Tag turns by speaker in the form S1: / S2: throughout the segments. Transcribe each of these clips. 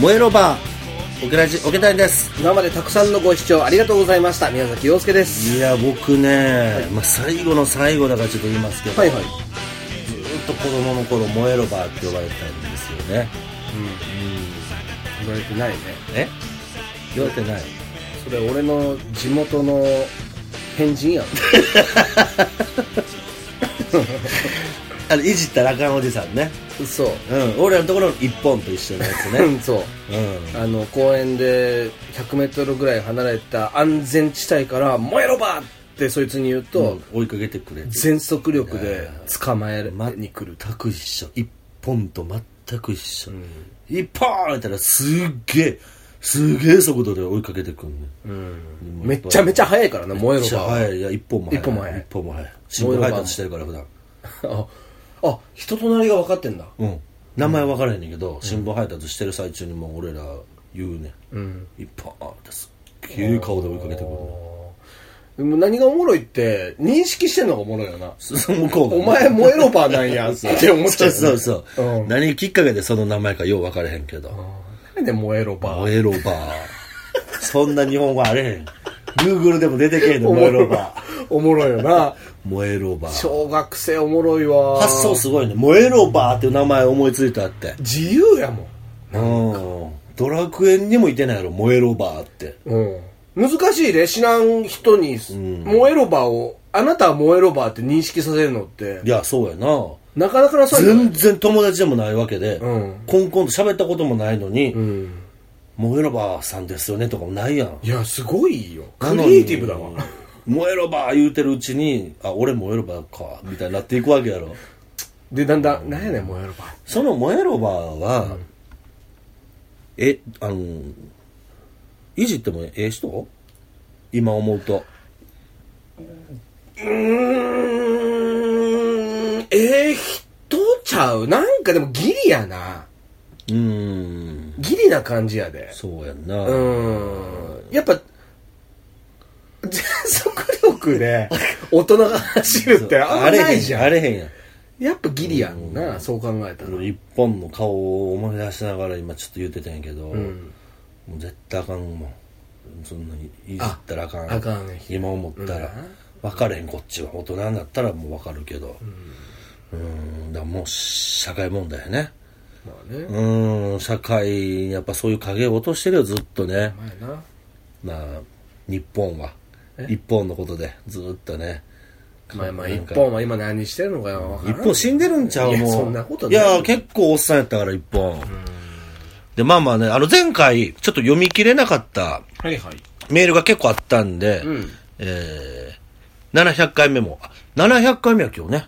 S1: 燃えろバーオケラジオケタリです
S2: 今までたくさんのご視聴ありがとうございました宮崎陽介です
S1: いや僕ね、まあ、最後の最後だからちょっと言いますけど、
S2: はいはい
S1: ずーっと子供の頃燃えろバーって呼ばれてたんですよね
S2: 言われてないね
S1: え言われてない
S2: それ俺の地元の変人やん
S1: あれいじったらあかんおじさんね
S2: 嘘
S1: うん俺らのところの一本と一緒のやつね
S2: うんそう
S1: うん
S2: あの公園で 100m ぐらい離れた安全地帯から「燃えろば!」ってそいつに言うと、
S1: 追いかけてくれて
S2: 全速力で捕まえるに来る、
S1: 全く一緒一本と全く一緒、一本言ったらすっげえすげえ速度で追いかけてくんね
S2: めっちゃめちゃ速いからな燃
S1: めっ
S2: えろ
S1: ちゃ
S2: ば
S1: 速いいや一本も速い
S2: 一本も速い
S1: 一本も速い新聞配達してるから普段
S2: ああ人となりが分かってんだ
S1: うん名前分からへんねんけど、新聞配達してる最中にもう俺ら言うね、ん、一本ってすっげえ顔で追いかけてくるね
S2: でも何がおもろいって認識してんのがおもろいよな
S1: その向こうが
S2: お前燃えろばなんやって思っちゃうよ ね、
S1: そうそうそう、
S2: ん
S1: 何きっかけでその名前かよう分からへんけど、
S2: なんで燃えろば
S1: 燃えろバー。 そんな日本語あれへん。Google でも出てけえの、燃え ろバー。
S2: おもろいよな
S1: 燃えろバー。
S2: 小学生おもろいわ
S1: 発想すごいね。燃えろバーっていう名前思いついたって。
S2: 自由やもん
S1: うん。ドラクエにもいてないやろ、燃えろバーって。
S2: うん、難しいで知らん人に燃えろばを、あなたは燃えろばって認識させるのって
S1: いや、そうやな。
S2: なかなかなさいよね
S1: 全然友達でもないわけで、
S2: うん
S1: コンコンと喋ったこともないのに、
S2: うん
S1: 燃えろバーさんですよねとかもないやん。
S2: いやすごいよ
S1: な
S2: ク
S1: のに
S2: リエイティブだわ。
S1: 燃えろバー言うてるうちに、あ、俺燃えろバーか、みたいになっていくわけやろ。
S2: でだんだん「なんやねん燃えろば
S1: その燃えろばは、え、あの、いじってもええ人今思うと。」
S2: うーんええ人ちゃうなんかでもギリやな
S1: うーん、
S2: ギリな感じやで
S1: そうやんな。
S2: うーんやっぱ全速力で大人が走るってあんま
S1: れ
S2: ない
S1: へ
S2: じ
S1: ん、
S2: ゃ
S1: あ
S2: ん
S1: れへんやん。
S2: やっぱギリやんなそう考えたら
S1: 俺一本の顔を思い出しながら今ちょっと言ってたんやけど、もう絶対あかんもん。そんなにいじったらあかん。
S2: ああかんね
S1: 今思ったら。分かれへん、こっちは。大人になったらもう分かるけど。うーん、だからもう社会問題やね。
S2: まあね
S1: うーん、社会にやっぱそういう影を落としてるよ、ずっとね。
S2: まあな
S1: まあ、日本は。一本のことで、ずっとね。
S2: まあまあ
S1: なん
S2: 一
S1: か
S2: 本は今何してるのかよ分か
S1: 一
S2: らん
S1: 本死んでるんちゃう
S2: いや
S1: もう。
S2: そんなこと
S1: い
S2: ない
S1: や、結構おっさんやったから、一本。で、まあまあね、あの前回、ちょっと読み切れなかった
S2: はいはい
S1: メールが結構あったんで、
S2: ん
S1: えー、700回目も。あ700回目は今日ね。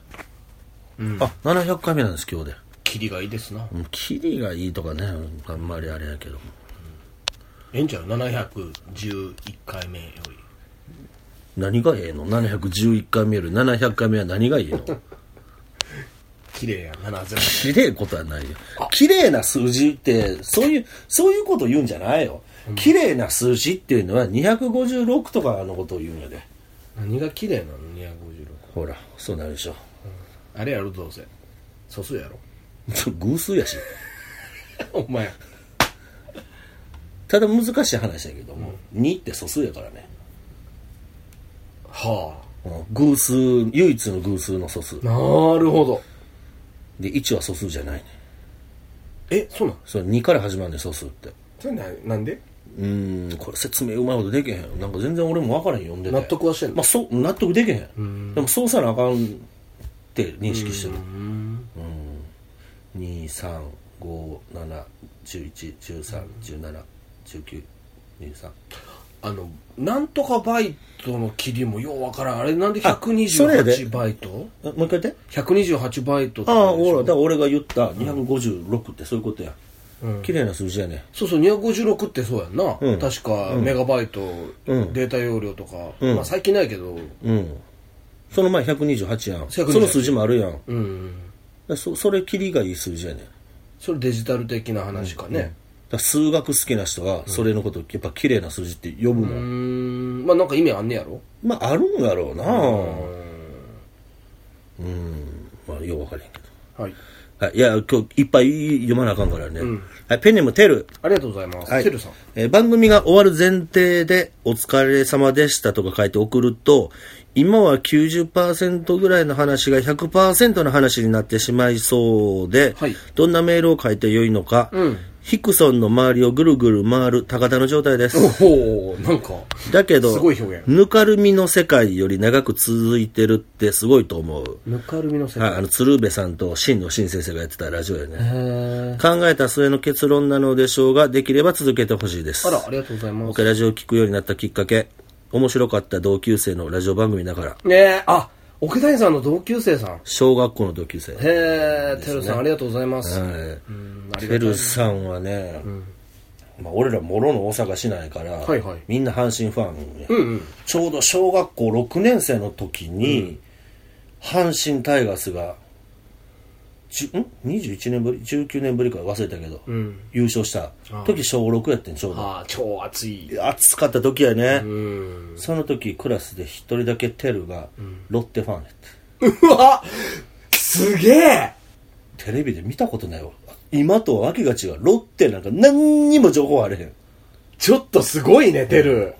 S2: うん
S1: あ、700回目なんです、今日で。
S2: キリがいいですな
S1: うんキリがいいとかね、あんまりあれやけども。
S2: ええんちゃう711回目より
S1: 何がええの ?711 回目より700回目は何がいいの
S2: 綺麗や70
S1: 綺麗ことはないよ。綺麗な数字って、そういう、そういうこと言うんじゃないよ。綺麗な数字っていうのは256とかのことを言うんやで。
S2: 何が綺麗なの256
S1: ほら、そうなるでしょ。
S2: あれやろどうせ素数やろ
S1: 偶数やし。
S2: お前
S1: ただ難しい話やけども、2って素数やからね。
S2: は
S1: うん偶数、唯一の偶数の素数
S2: あ。なるほど
S1: で、1は素数じゃないね。
S2: えそうなん
S1: それ2から始まるね、素数って。
S2: それななんで
S1: うーん、これ説明うまいことできへん。なんか全然俺も分からへん読んでて。
S2: 納得はしてんの
S1: まあ、そう納得できへんでもそうさなあかんって認識してるうん23571113171923
S2: あのなんとかバイトの切りもようわからんあれなんで
S1: それやで
S2: 128バイト
S1: あもう一回言って
S2: 128バイトって
S1: あ
S2: 言
S1: あ
S2: う
S1: ほらだ
S2: んでしょ
S1: から俺が言った256ってそういうことや、綺麗な数字やね
S2: そうそう256ってそうやんな、
S1: うん
S2: 確かメガバイト、
S1: うん
S2: データ容量とか、
S1: うん
S2: まあ最近ないけど
S1: うんその前128やんそ
S2: 128
S1: の数字もあるやんだか
S2: うん
S1: らそそれきりがいい数字やねだか
S2: それデジタル的な話かね
S1: ら数学好きな人はそれのことやっぱ綺麗な数字って呼ぶもん
S2: うーんまあなんか意味あんねやろ
S1: まあ、あるんだろうなうん、まあ、よう分からへんけど。
S2: はい
S1: はい、いや、今日いっぱい読まなあかんからね。
S2: ん
S1: はい、ペンネームテル。
S2: ありがとうございます。
S1: はい
S2: てる さん。
S1: えー番組が終わる前提で、お疲れ様でしたとか書いて送ると、今は90%ぐらいの話が100%の話になってしまいそうで、
S2: はい
S1: どんなメールを書いてよいのか、ヒクソンの周りをぐるぐる回る高田の状態です。
S2: おおなんか、
S1: だけど、
S2: すごい表現
S1: ぬかるみの世界より長く続いてるってすごいと思う。
S2: ぬかるみの世
S1: はい
S2: 界。、
S1: あの、鶴瓶さんと真の新先生がやってたラジオやね。
S2: へー
S1: 考えた末の結論なのでしょうが、できれば続けてほしいです。
S2: あら、ありがとうございま
S1: オ
S2: す。
S1: ケラジオを聞くようになったきっかけ、面白かった同級生のラジオ番組だから、
S2: ねえ、あ、奥谷さんの同級生さん。
S1: 小学校の同級生。
S2: へえ、てるさん、ありがとうございます。うんあ
S1: はい。て
S2: りがとう
S1: るさんはね、まあ、俺らもろの大阪市内から、
S2: はいはい
S1: みんな阪神ファンや、
S2: うんうん。
S1: ちょうど小学校6年生の時に、阪神タイガースが、じゅん ?21 年ぶり ?19 年ぶりか忘れたけど、
S2: ん
S1: 優勝した時小6やってんちょうど。
S2: ああ、超熱い。
S1: 暑かった時やね、
S2: うん。
S1: その時クラスで一人だけテルがロッテファンやって、
S2: うわすげえ
S1: テレビで見たことないわ今とはわけが違うロッテなんか何にも情報あれへん
S2: ちょっとすごいね、てる。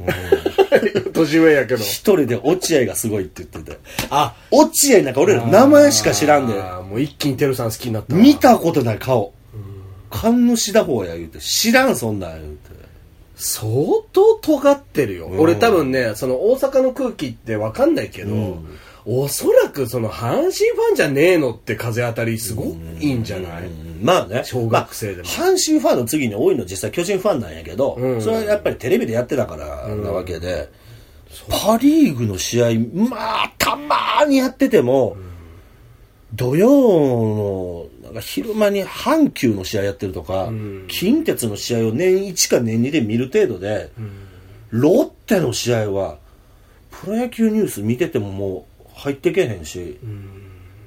S2: 年上やけど。
S1: 一人で落合がすごいって言ってて
S2: あ、
S1: 落合なんか俺ら名前しか知らんねん
S2: あーもう一気にてるさん好きになったな。
S1: 見たことない顔神主だ方や言うて知らんそんなん言うて
S2: 相当尖ってるよ、俺多分ねその大阪の空気って分かんないけど、おそらくその阪神ファンじゃねえのって風当たりすごいんじゃない、
S1: うんまあね
S2: 小学生でも
S1: まあ阪神ファンの次に多いの実際巨人ファンなんやけど、
S2: うん
S1: それはやっぱりテレビでやってたからなわけで、パ・リーグの試合まあたまーにやってても、土曜のなんか昼間に阪急の試合やってるとか、
S2: ん
S1: 近鉄の試合を年1か年2で見る程度で、ロッテの試合はプロ野球ニュース見ててももう入ってけへんし、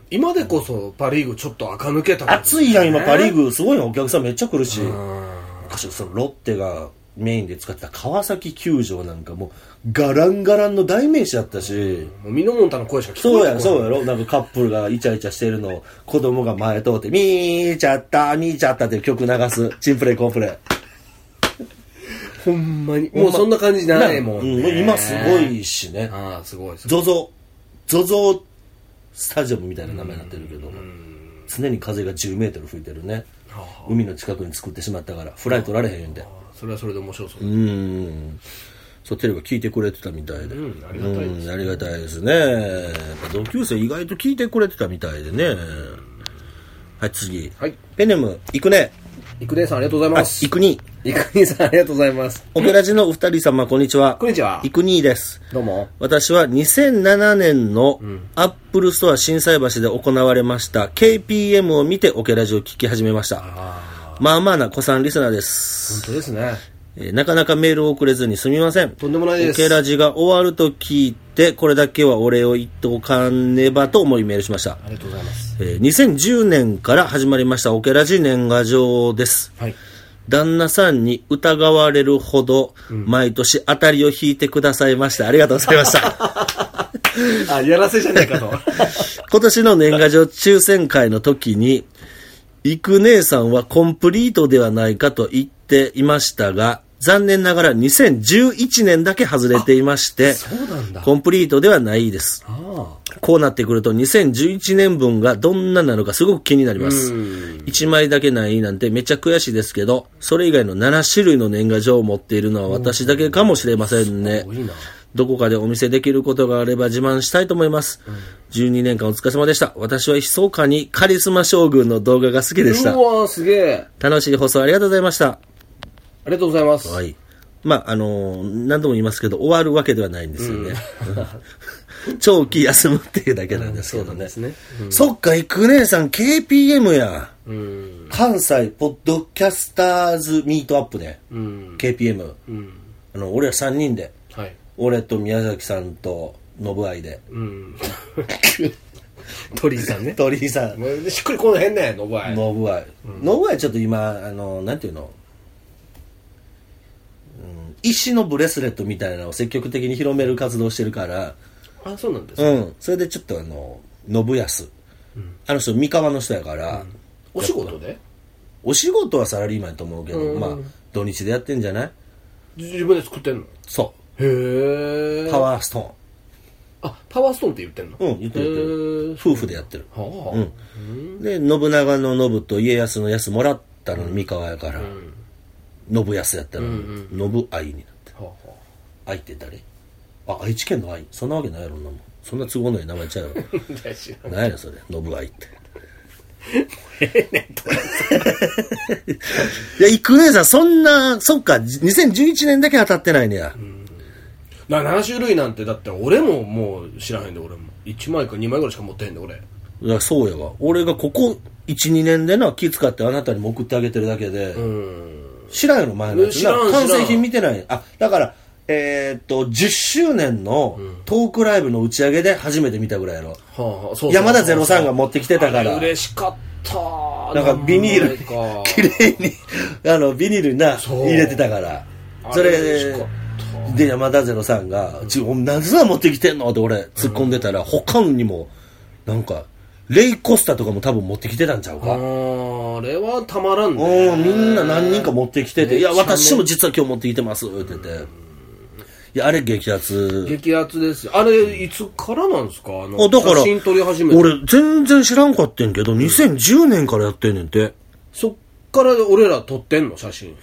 S2: 今でこそパ・リーグちょっと垢抜けた
S1: 暑いやん今パ・リー
S2: グ
S1: グすごいのお客さんめっちゃ来るし。昔そのロッテがメインで使ってた川崎球場なんかもうガランガランの代名詞だったし、
S2: もうミノモンタの声しか聞
S1: そ
S2: こ
S1: う
S2: えな
S1: や
S2: い
S1: そうやろなんかカップルがイチャイチャしてるのを子供が前通って「見ちゃった見ちゃった」って曲流すチンプレイコンプレ
S2: ほんまにもうそんな感じじ
S1: イ
S2: ゃないもん、ね
S1: うもう今すごいしね
S2: ああすごいすごい
S1: ZOZO ZOZO スタジアムみたいな名前になってるけども常に風が10メートル吹いてるね海の近くに作ってしまったからフライ取られへんんで
S2: それはそれで面白そ
S1: う
S2: う、
S1: ん。そう、テレビ聞いてくれてたみたいで。うん、ありがたいです、ね。ありがたいですね。やっぱ同級生意外と聞いてくれてたみたいでね。はい、次。
S2: はい
S1: ペンネーム、いくね。
S2: いくねさんありがとうござい
S1: あ
S2: ま、す
S1: いくに。
S2: いくねさんありがとうございます
S1: オペラジのお二人様、こんにちは。
S2: こんにちはい
S1: くにです。
S2: どうも
S1: 私は2007年のアップルストア震災橋で行われました KPM を見てオケラジを聞き始めました。まあまあな子さんリスナーです。
S2: 本当ですね
S1: えーなかなかメールを送れずにすみません。
S2: とんでもないです
S1: オケラジが終わると聞いて、これだけはお礼を言っておかねばと思いメールしました。
S2: ありがとうございます
S1: えー2010年から始まりましたオケラジ年賀状です。
S2: はい
S1: 旦那さんに疑われるほど、毎年当たりを引いてくださいまして、ありがとうございました。
S2: あ、やらせじゃねえかと。
S1: 今年の年賀状抽選会の時に、育姉さんはコンプリートではないかと言っていましたが、残念ながら2011年だけ外れていまして、
S2: そうなんだ。
S1: コンプリートではないです。
S2: あ
S1: こうなってくると2011年分がどんななのかすごく気になります。1枚だけないなんてめっちゃ悔しいですけど、それ以外の7種類の年賀状を持っているのは私だけかもしれませんね。
S2: 多いな。
S1: どこかでお見せできることがあれば自慢したいと思います。12年間お疲れ様でした。私は密かにカリスマ将軍の動画が好きでし
S2: う
S1: た。
S2: わーすげえ。
S1: 楽しい放送ありがとうございました。
S2: ありがとうございます。
S1: はい。まあ、あのー何度も言いますけど、終わるわけではないんですよね。 長期休むっていうだけなんですけどね。
S2: ですね。
S1: そっか、いくねえさん、KPM や。
S2: うん。
S1: 関西ポッドキャスターズミートアップね。
S2: うん。
S1: KPM。
S2: うん。
S1: あの、俺ら3人で。
S2: はい。
S1: 俺と宮崎さんと、信愛で。
S2: うん。鳥居さんね。
S1: 鳥居さん、信
S2: もう しっくりこの辺ね、のばい。
S1: 愛。信愛ちょっと今、あの、なんていうのうん石のブレスレットみたいなのを積極的に広める活動してるから、
S2: あ、そうなんです。
S1: うん、それでちょっとあの信康、あの人三河の人やから、
S2: お仕事で
S1: お仕事はサラリーマンやと思うけど、
S2: うん
S1: まあ土日でやってんじゃない
S2: 自分で作ってんの
S1: そ
S2: へえ
S1: うパワースト
S2: あパワーストーンって言ってんの
S1: ーンうん言ってる言ってる
S2: へー
S1: 夫婦でやってる
S2: はあ、
S1: うんで信長の信と家康の康もらったのに三河やから、
S2: ん
S1: 信康やったのに、
S2: う
S1: 信愛になって
S2: はあは
S1: 愛って誰あ愛知県の愛そんなわけないやろんなもんそんな都合のいい名前 ちゃうやろ
S2: あいや知らん
S1: 何やねんそれ信愛って いや、幾年さん、そんな、そっか、2011年だけ当たってないねや。
S2: な7種類なんてだって俺ももう知らへんで俺も1枚か2枚ぐらいしか持ってへんで俺
S1: いや、そうやわ。俺がここ1、2年でな、気使ってあなたにも送ってあげてるだけで、
S2: うん
S1: 知らんやろ、前のやつ
S2: 知ら
S1: な
S2: ん知らん
S1: 完成品見てない。あ、だから、えーっと、10周年のトークライブの打ち上げで初めて見たぐらいやろ。
S2: はあはあそうそう
S1: 山田ゼロさんが持ってきてたから
S2: あれ嬉しかった
S1: なんかビニール
S2: 何枚か、
S1: 綺麗に、あの、ビニールにな、
S2: そう
S1: 入れてたから。そ
S2: あれ
S1: れ
S2: 嬉しかった
S1: で、山田ゼロさんが、ちお前何さ持ってきてんのって俺突っ込んでたら、他にも、なんか、レイ・コスタとかも多分持ってきてたんちゃう
S2: あ
S1: か。
S2: ーあれはたまらんね
S1: うん、みんな何人か持ってきてて、いや、
S2: めっちゃね
S1: 私も実は今日持ってきてます、って言って。いや、あれ激アツ。
S2: 激アツですよあれいつからなんですかあの
S1: あ、だから
S2: 写真撮り始、めて
S1: 俺全然知らんかってんけど、2010年からやってんねんて。
S2: そっから俺ら撮ってんの写真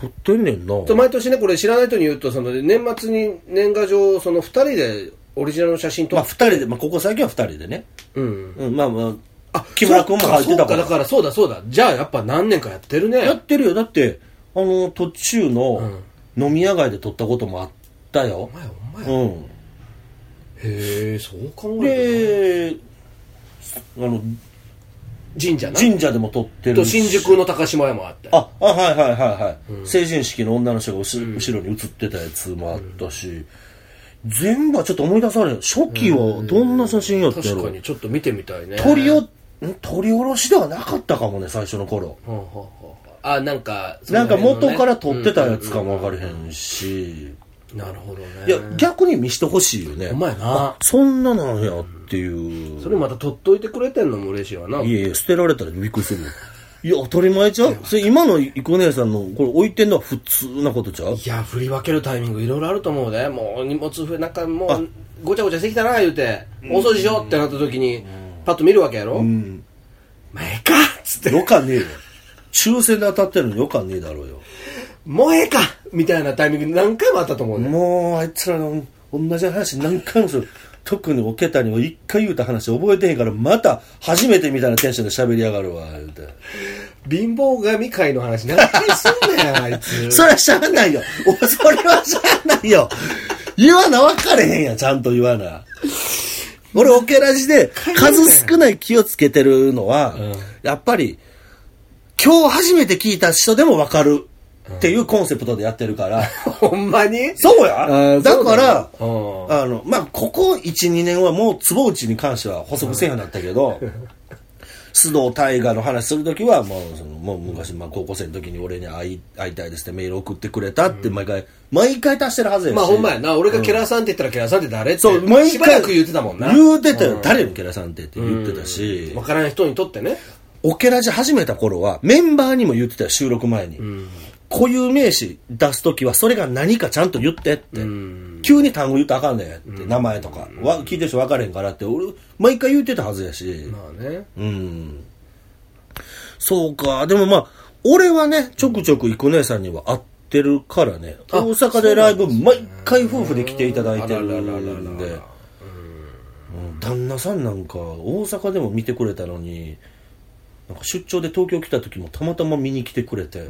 S1: 撮ってんねんな。
S2: と毎年ねこれ知らない人に言うとその年末に年賀状その2人でオリジナルの写真撮
S1: まあ、
S2: っ
S1: 二人で、まあ、ここ最近は二人でね。
S2: うん
S1: うん、まあまあ、木村君も入
S2: 入
S1: ってたから
S2: だからそうだそうだじゃあやっぱ何年かやってるね
S1: やってるよ。だって、あの、途中の飲み屋街で撮ったこともあったよ
S2: お。前お前
S1: うん。
S2: へえそう考える
S1: で、あの、
S2: と神社な
S1: 神社でも撮ってる
S2: と
S1: し
S2: 新宿の高島屋もあって
S1: あ、あ、はいはいはいはい。成人式の女の人が後ろ,、後ろに映ってたやつもあったし、全部はちょっと思い出されない。初期はどんな写真やったや
S2: 確
S1: ろ、
S2: かにちょっと見てみたいね
S1: 撮り
S2: は
S1: よ、ん撮り下ろしではなかったかもね、最初の頃。
S2: あはあはああなんかその
S1: なんか
S2: 辺のね
S1: 元から撮ってたやつかもわからへんし、
S2: なるほどね
S1: いや、逆に見してほしいよね。
S2: お前な
S1: そんななんやっていう。
S2: それまた撮っといてくれてんのも嬉しいわない
S1: やいや、捨てられたらびっくりするよ。いや、当たり前ちゃうそれ今のイコ姉さんの、これ置いてんのは普通なことちゃう
S2: いや振り分けるタイミングいろいろあると思うでもう荷物増えなんかもうごちゃごちゃしてきたな言うて大掃除しようってなった時にパッと見るわけやろ
S1: うん。
S2: まあええかっつっ て
S1: よかねえよ。抽選で当たってるのよかねえだろうよ。
S2: もうええかみたいなタイミング何回もあったと思うね
S1: もう、あいつらの同じ話何回もする。特におけたにも一回言うた話覚えてへんから、また初めてみたいなテンションで喋りやがるわ、言うて。
S2: 貧乏神会の話何回すんねんあい つ
S1: それはしゃあないよ。おそれはしゃあないよ。言わな分かれへんやん、ちゃんと言わな。俺、オケラジで数少ない気をつけてるのは、やっぱり、今日初めて聞いた人でも分かるっていうコンセプトでやってるから。
S2: ほんまに
S1: そう
S2: あ
S1: や
S2: ーそ
S1: だ
S2: う
S1: か
S2: だ
S1: ら、
S2: よ
S1: あの、まあ、ここ1、2年はもう坪内に関しては補足せんようになったけ ど、須藤大河の話するときは、もう、その、もう昔、まあ、高校生の時に俺に会い、会いたいですってメール送ってくれたって毎回、毎回足してるはずやし。
S2: まあほんまやな俺がケラさんって言ったらケラさんって誰って
S1: そう、毎回。
S2: しばらく言ってたもんな
S1: 言うてたよ。誰のキャラさんってって言ってたし
S2: 分、からん人にとってね
S1: オケラジ始めた頃は、メンバーにも言ってたよ、収録前に。固有名詞出すときは、それが何かちゃんと言ってって。急に単語言ったらあかんねんって、名前とか。わ聞いてる人分かれへんからって、俺、毎回言ってたはずやし。
S2: まあね
S1: うん。そうか。でもまあ、俺はね、ちょくちょくイク姉さんには会ってるからね。大阪でライブ、毎回夫婦で来ていただいてる
S2: あららららら
S1: んで。うん旦那さんなんか、大阪でも見てくれたのに、なんか出張で東京来た時もたまたま見に来てくれて、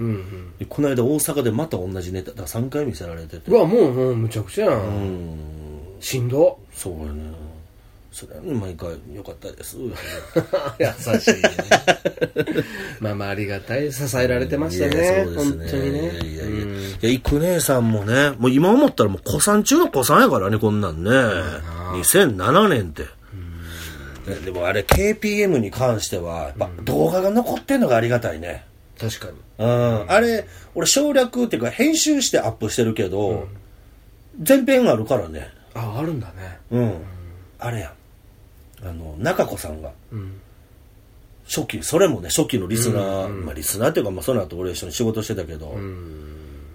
S1: でこの間大阪でまた同じネタ、だ3回見せられてて
S2: う。わもうもうむちゃくちゃやん
S1: うん。
S2: し んど
S1: そうやね。それはね毎回良かったです。
S2: 優しいね まあまあありがたい支えられてました
S1: い
S2: ね
S1: やそうです
S2: 本当にね
S1: いやいやいや。いや、育姉さんもね、もう今思ったらもう子さん中の子さんやからね、こんなんね。2007年って。ねでもあれ KPM に関しては、やっぱ動画が残ってんのがありがたいね。
S2: 確かに
S1: うん。あれ、俺省略っていうか編集してアップしてるけど、全編あるからね。
S2: ああるんだね
S1: うん。あれやん。あの、中子さんが、
S2: うん
S1: 初期、それもね、初期のリスナー、まあリスナーっていうか、まあその後俺一緒に仕事してたけど、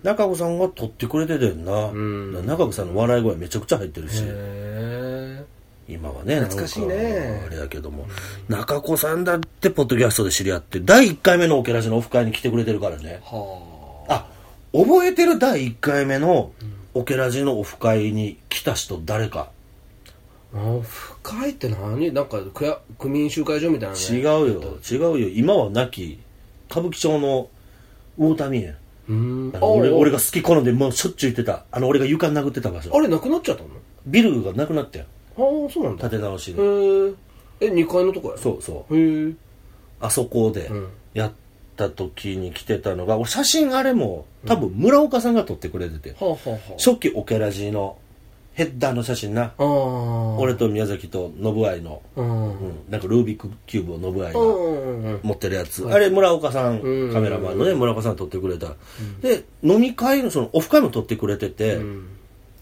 S1: 中子さんが撮ってくれててんな。だから中子さんの笑い声めちゃくちゃ入ってるし、
S2: へ
S1: 今はね、
S2: 懐かしいね
S1: なんかあれだけども、中子さんだってポッドキャストで知り合って、第1回目のオケラジのオフ会に来てくれてるからね。
S2: は
S1: あ、覚えてる第1回目のオケラジのオフ会に来た人誰か。
S2: ああ深いって何なんか区や区民集会所みたいなね
S1: 違うよ違うよ今は亡き歌舞伎町の魚民園
S2: うーん
S1: あ
S2: あ
S1: の俺俺
S2: が
S1: が好き好んでもうしょっちゅう行ってたあの俺が床殴ってた場
S2: あ
S1: 所
S2: れなくなっちゃったの
S1: ビルがなくなったよ
S2: ああそうなんだへ
S1: 建て直しで
S2: ええ二階のとこや
S1: そうそう
S2: うへえ
S1: あそこで
S2: ん
S1: やった時に来てたのが俺写真あれも多分村岡さんが撮ってくれてて
S2: はあはあは
S1: 初期オケラジのヘッダーの写真な
S2: あああ
S1: 俺と宮崎と信愛の、
S2: うん
S1: うん、なんかルービックキューブを信愛が
S2: うんうんうん
S1: 持ってるやつ、あれ村岡さん、
S2: うん
S1: カメラマンのね村岡さん撮ってくれた、で飲み会のそのオフ会も撮ってくれてて、
S2: うん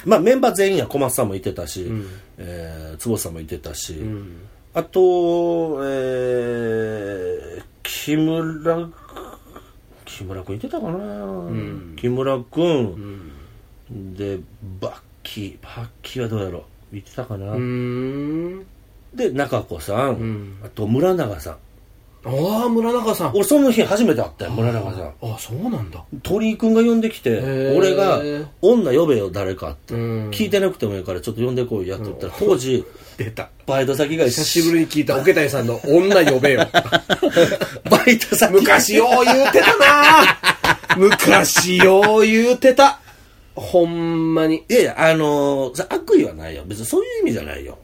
S1: まあ、メンバー全員や小松さんもいてたし、
S2: ん
S1: えー坪さんもいてたし、
S2: うん
S1: あと、えー木村木村君いてたかな、
S2: ん
S1: 木村
S2: う
S1: 君、
S2: ん
S1: でバッキーバッキーはどうやろういてたかな、
S2: うーん
S1: で中子さん、
S2: ん
S1: あと村永さん
S2: ああ村中さん
S1: 俺その日初めて会ったよ村永さん
S2: あそうなんだ
S1: 鳥居君が呼んできて
S2: ー
S1: 俺が「女呼べよ誰か」って、
S2: うん
S1: 聞いてなくてもいいからちょっと呼んでこいやって言ったら、当時
S2: 出た
S1: バイト先が
S2: 久しぶりに聞いた桶谷さんの女呼べよ
S1: バイト先
S2: 昔よう言うてたな昔よう言うてたほんまに
S1: いやいやあのーさ悪意はないよ別にそういう意味じゃないよ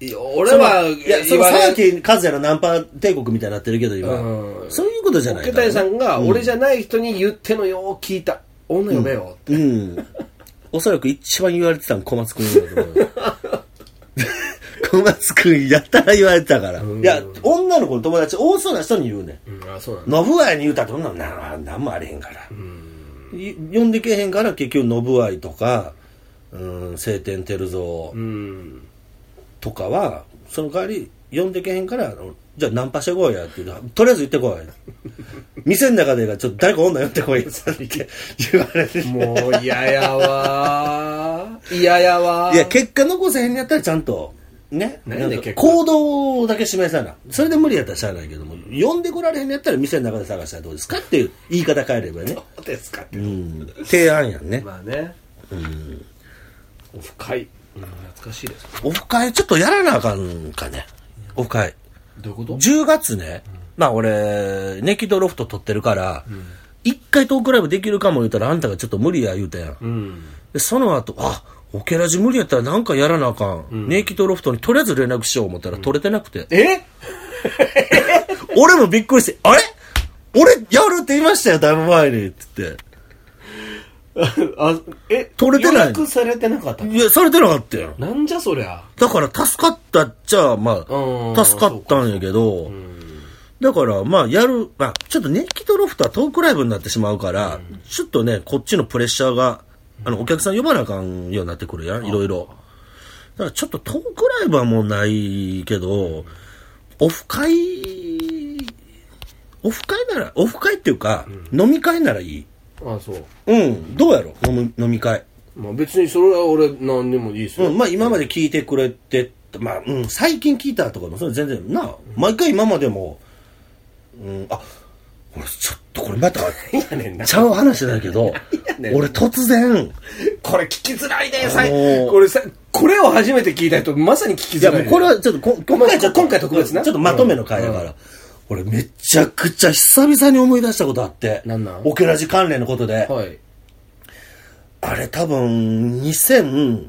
S2: いや俺はい
S1: やそ
S2: 言
S1: の
S2: われ
S1: 沢木和也のナンパ帝国みたいになってるけど今、
S2: うん
S1: そういうことじゃない
S2: 桶谷さんが俺じ
S1: ゃ
S2: ゃない人に言ってのよう聞いた女呼べよって
S1: うん、うんおそらく一番言われてたの小松君だと思う よ小松君やったら言われてたから、いや女の子の友達多そうな人に言うねん
S2: うんあそうなんだ
S1: 信愛に言うたらどんなんななんもあれへんから、い呼んでけへんから結局信愛とか「うん青天照蔵
S2: うん」
S1: とかはその代わり呼んでけへんからじゃあナンパしてこいやって言うてとりあえず行ってこい店の中でがちょっと誰か女呼んでこいって言われて
S2: もう嫌やわ ー嫌やわー
S1: いや結果残せへんやったらちゃんとね
S2: 何や
S1: な
S2: ねん
S1: んか
S2: 結果
S1: 行動だけ示さなそれで無理やったらしゃあないけども呼んでこられへんやったら店の中で探したらどうですかっていう言い方変えればね
S2: どうですかって
S1: うん提案やんね
S2: まあねうんオフ会うん懐かしいです
S1: オフ会ちょっとやらなあかんかね。オフ会。
S2: どういうこと
S1: 10月ね、まあ俺、ネキドロフト撮ってるから、一、回トークライブできるかも言うたらあんたがちょっと無理や言うたやん。
S2: うん
S1: で、その後、あ、オケラジ無理やったらなんかやらなあかん。ネキドロフトにとりあえず連絡しよう思ったら取れてなくて。
S2: え
S1: 俺もびっくりして、あれ俺やるって言いましたよ、だいぶ前に。って言って。
S2: あえ
S1: 取れてない
S2: 予約されてなかった
S1: いや、されてなかったよ。
S2: なんじゃそりゃ
S1: だから助かったっちゃ、ま
S2: う
S1: あ、
S2: ん
S1: 助かったんやけど、だから、まあ、やる、まあ、ちょっとネキトロフトはトークライブになってしまうから、ちょっとね、こっちのプレッシャーが、あの、お客さん呼ばなあかんようになってくるやん、いろいろ。だから、ちょっとトークライブはもうないけど、オフ会、オフ会なら、オフ会っていうか、飲み会ならいい。
S2: あそう
S1: うん、どうやろ飲む飲み会。
S2: まあ別にそれは俺何でもいいですよ、
S1: うん、まあ今まで聞いてくれて、まあ、うん、最近聞いたとかも、それ全然、なあ、毎回今までも、うん、あ、俺ちょっとこれまた、
S2: やねん な
S1: ちゃう話だけど
S2: ね、ん
S1: 俺突然、
S2: これ聞きづらいねさい
S1: あのー
S2: これさこれを初めて聞いた人まさに聞き
S1: いやもう
S2: づらい、
S1: これはちょっとこ、今回ちょっと、
S2: 今回特別な
S1: ちょっとまとめの回だから、俺めちゃくちゃ久々に思い出したことあって、
S2: なんなん
S1: オケラジ関連のことで、
S2: はい
S1: あれ多分、2006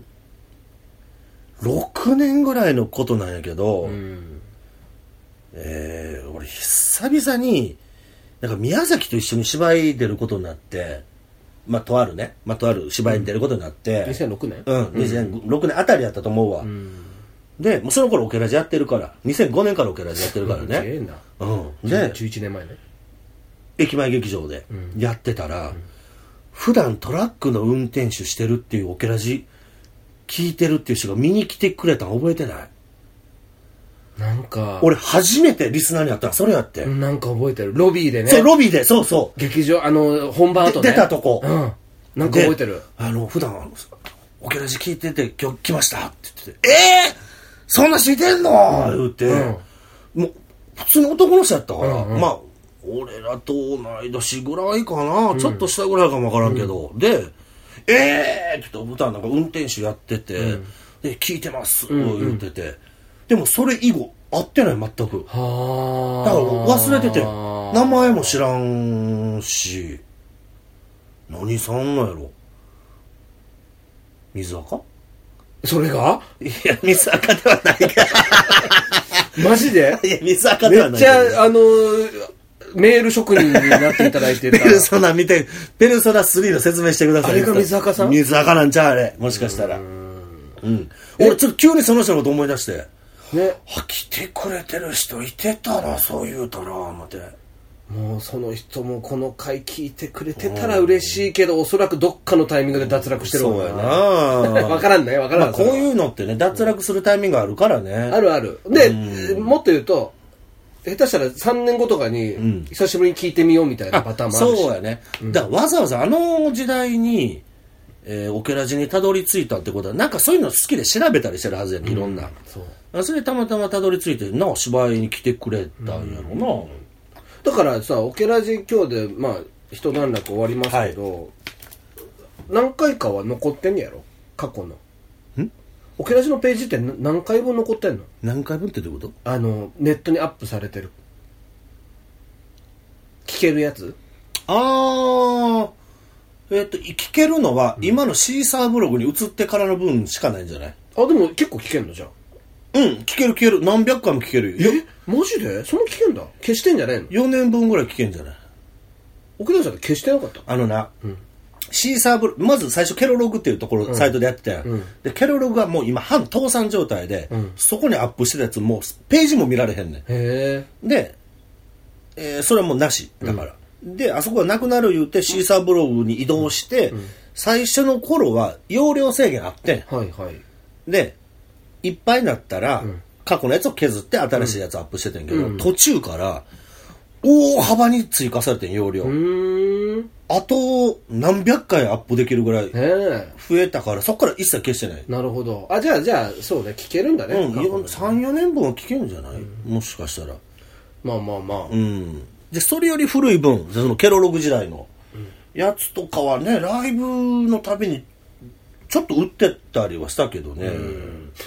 S1: 年ぐらいのことなんやけど、
S2: うん
S1: えー、俺久々になんか宮崎と一緒に芝居出ることになってまあとあるね、まあ、とある芝居に出ることになって、
S2: 2006年
S1: うん2006年あたりやったと思うわ、
S2: うん
S1: でもうその頃オケラジやってるから2005年からオケラジやってるから
S2: すげえ
S1: ね、
S2: な
S1: うん、で
S2: 11年前ね
S1: 駅前劇場でやってたら、普段トラックの運転手してるっていうオケラジ聞いてるっていう人が見に来てくれたの覚えてない
S2: なんか、
S1: 俺初めてリスナーに会ったのそれやって。
S2: なんか覚えてる。ロビーでね。
S1: そう、ロビーで、そうそ
S2: 劇場、あの、本番後
S1: で
S2: ね。
S1: 出たとこ
S2: うん。
S1: う。
S2: なんか覚えてる。
S1: で。あの、普段、あの、オケラジ聞いてて、今日来ましたって言ってて、えー、そんな知ってんの言うて、もう、普通の男の人やったから、まあ、俺らと同い年ぐらいかな、ちょっと下ぐらいかもわからんけど、で、えーって言って、普段なんか運転手やってて、で、聞いてます、言ってて、でもそれ以後、会ってない、全く。
S2: は
S1: だ
S2: あ。
S1: から忘れてて、名前も知らんし、何さんなんやろ水垢
S2: それが
S1: いや、水垢ではないけど。
S2: マジで
S1: いや、水垢
S2: め
S1: では
S2: っ
S1: ない
S2: ち
S1: けど。
S2: ゃ、あの、メール職人になっていただいて
S1: ペ
S2: た。
S1: ルソナ見て、ペルソナ3の説明してください。
S2: あれが水垢さん
S1: 水垢なんちゃうあれ。もしかしたら。うん。俺、ちょっと急にその人のこと思い出して。
S2: ね。
S1: あ、来てくれてる人いてたな、そう言うたら、思って。
S2: もうその人もこの回聞いてくれてたら嬉しいけど、おそらくどっかのタイミングで脱落してる
S1: そうや
S2: わ
S1: な
S2: わからんね、わから
S1: ま
S2: ん。
S1: あこう
S2: う。
S1: いうのってね、脱落するタイミングあるからね。
S2: あるある。で、もっと言うと、下手したら3年後とかに、久しぶりに聞いてみようみたいなパターンもあるし。
S1: そうやね。だからわざわざあの時代に、えーオケラジにたどり着いたってことは、なんかそういうの好きで調べたりしてるはずやね、いろんな。
S2: そう
S1: それでたまたまたどり着いて、なお芝居に来てくれたんやろな。
S2: だからさ、オケラジ今日で、まあ、一段落終わりますけど、何回かは残ってんやろ過去の。
S1: ん
S2: オケラジのページって何何回分残ってんの
S1: 何回分ってどういうこと
S2: あの、ネットにアップされてる。聞けるやつ
S1: あー、えっと、聞けるのは、今のシーサーブログに移ってからの分しかないんじゃない
S2: あ、でも結構聞けんのじゃん。
S1: うん、聞ける聞ける。何百回も聞けるよ。
S2: えマジでその聞けんだ消してんじゃないの
S1: 4年分ぐらい聞けんじゃない
S2: 奥田さんって消してなかった
S1: あのな、シーサーブロまず最初ケロログっていうところ、サイトでやってたやん、で、ケロログはもう今半倒産状態で、そこにアップしてたやつもうページも見られへんね
S2: へ
S1: ん。で、えーそれはもうなし、だから。で、あそこがなくなる言うて、シーサーブログに移動して、最初の頃は容量制限あってん。
S2: え。はいはい。
S1: で、いっぱいになったら、過去のやつを削って新しいやつアップしてたんやけど、途中から、大幅に追加されてん、容量。
S2: うーん。
S1: あと何百回アップできるぐらい
S2: ねえ。
S1: 増えたから、そこから一切消してない。
S2: なるほど。あ、じゃあ、じゃあ、そうね、聞けるんだね。
S1: うん、
S2: 過去の
S1: 3、4年分は聞けるんじゃない、もしかしたら。
S2: まあまあまあ。
S1: うん。で、それより古い分、そのケロログ時代のやつとかはね、ライブのたびにちょっと売ってたりはしたけどね。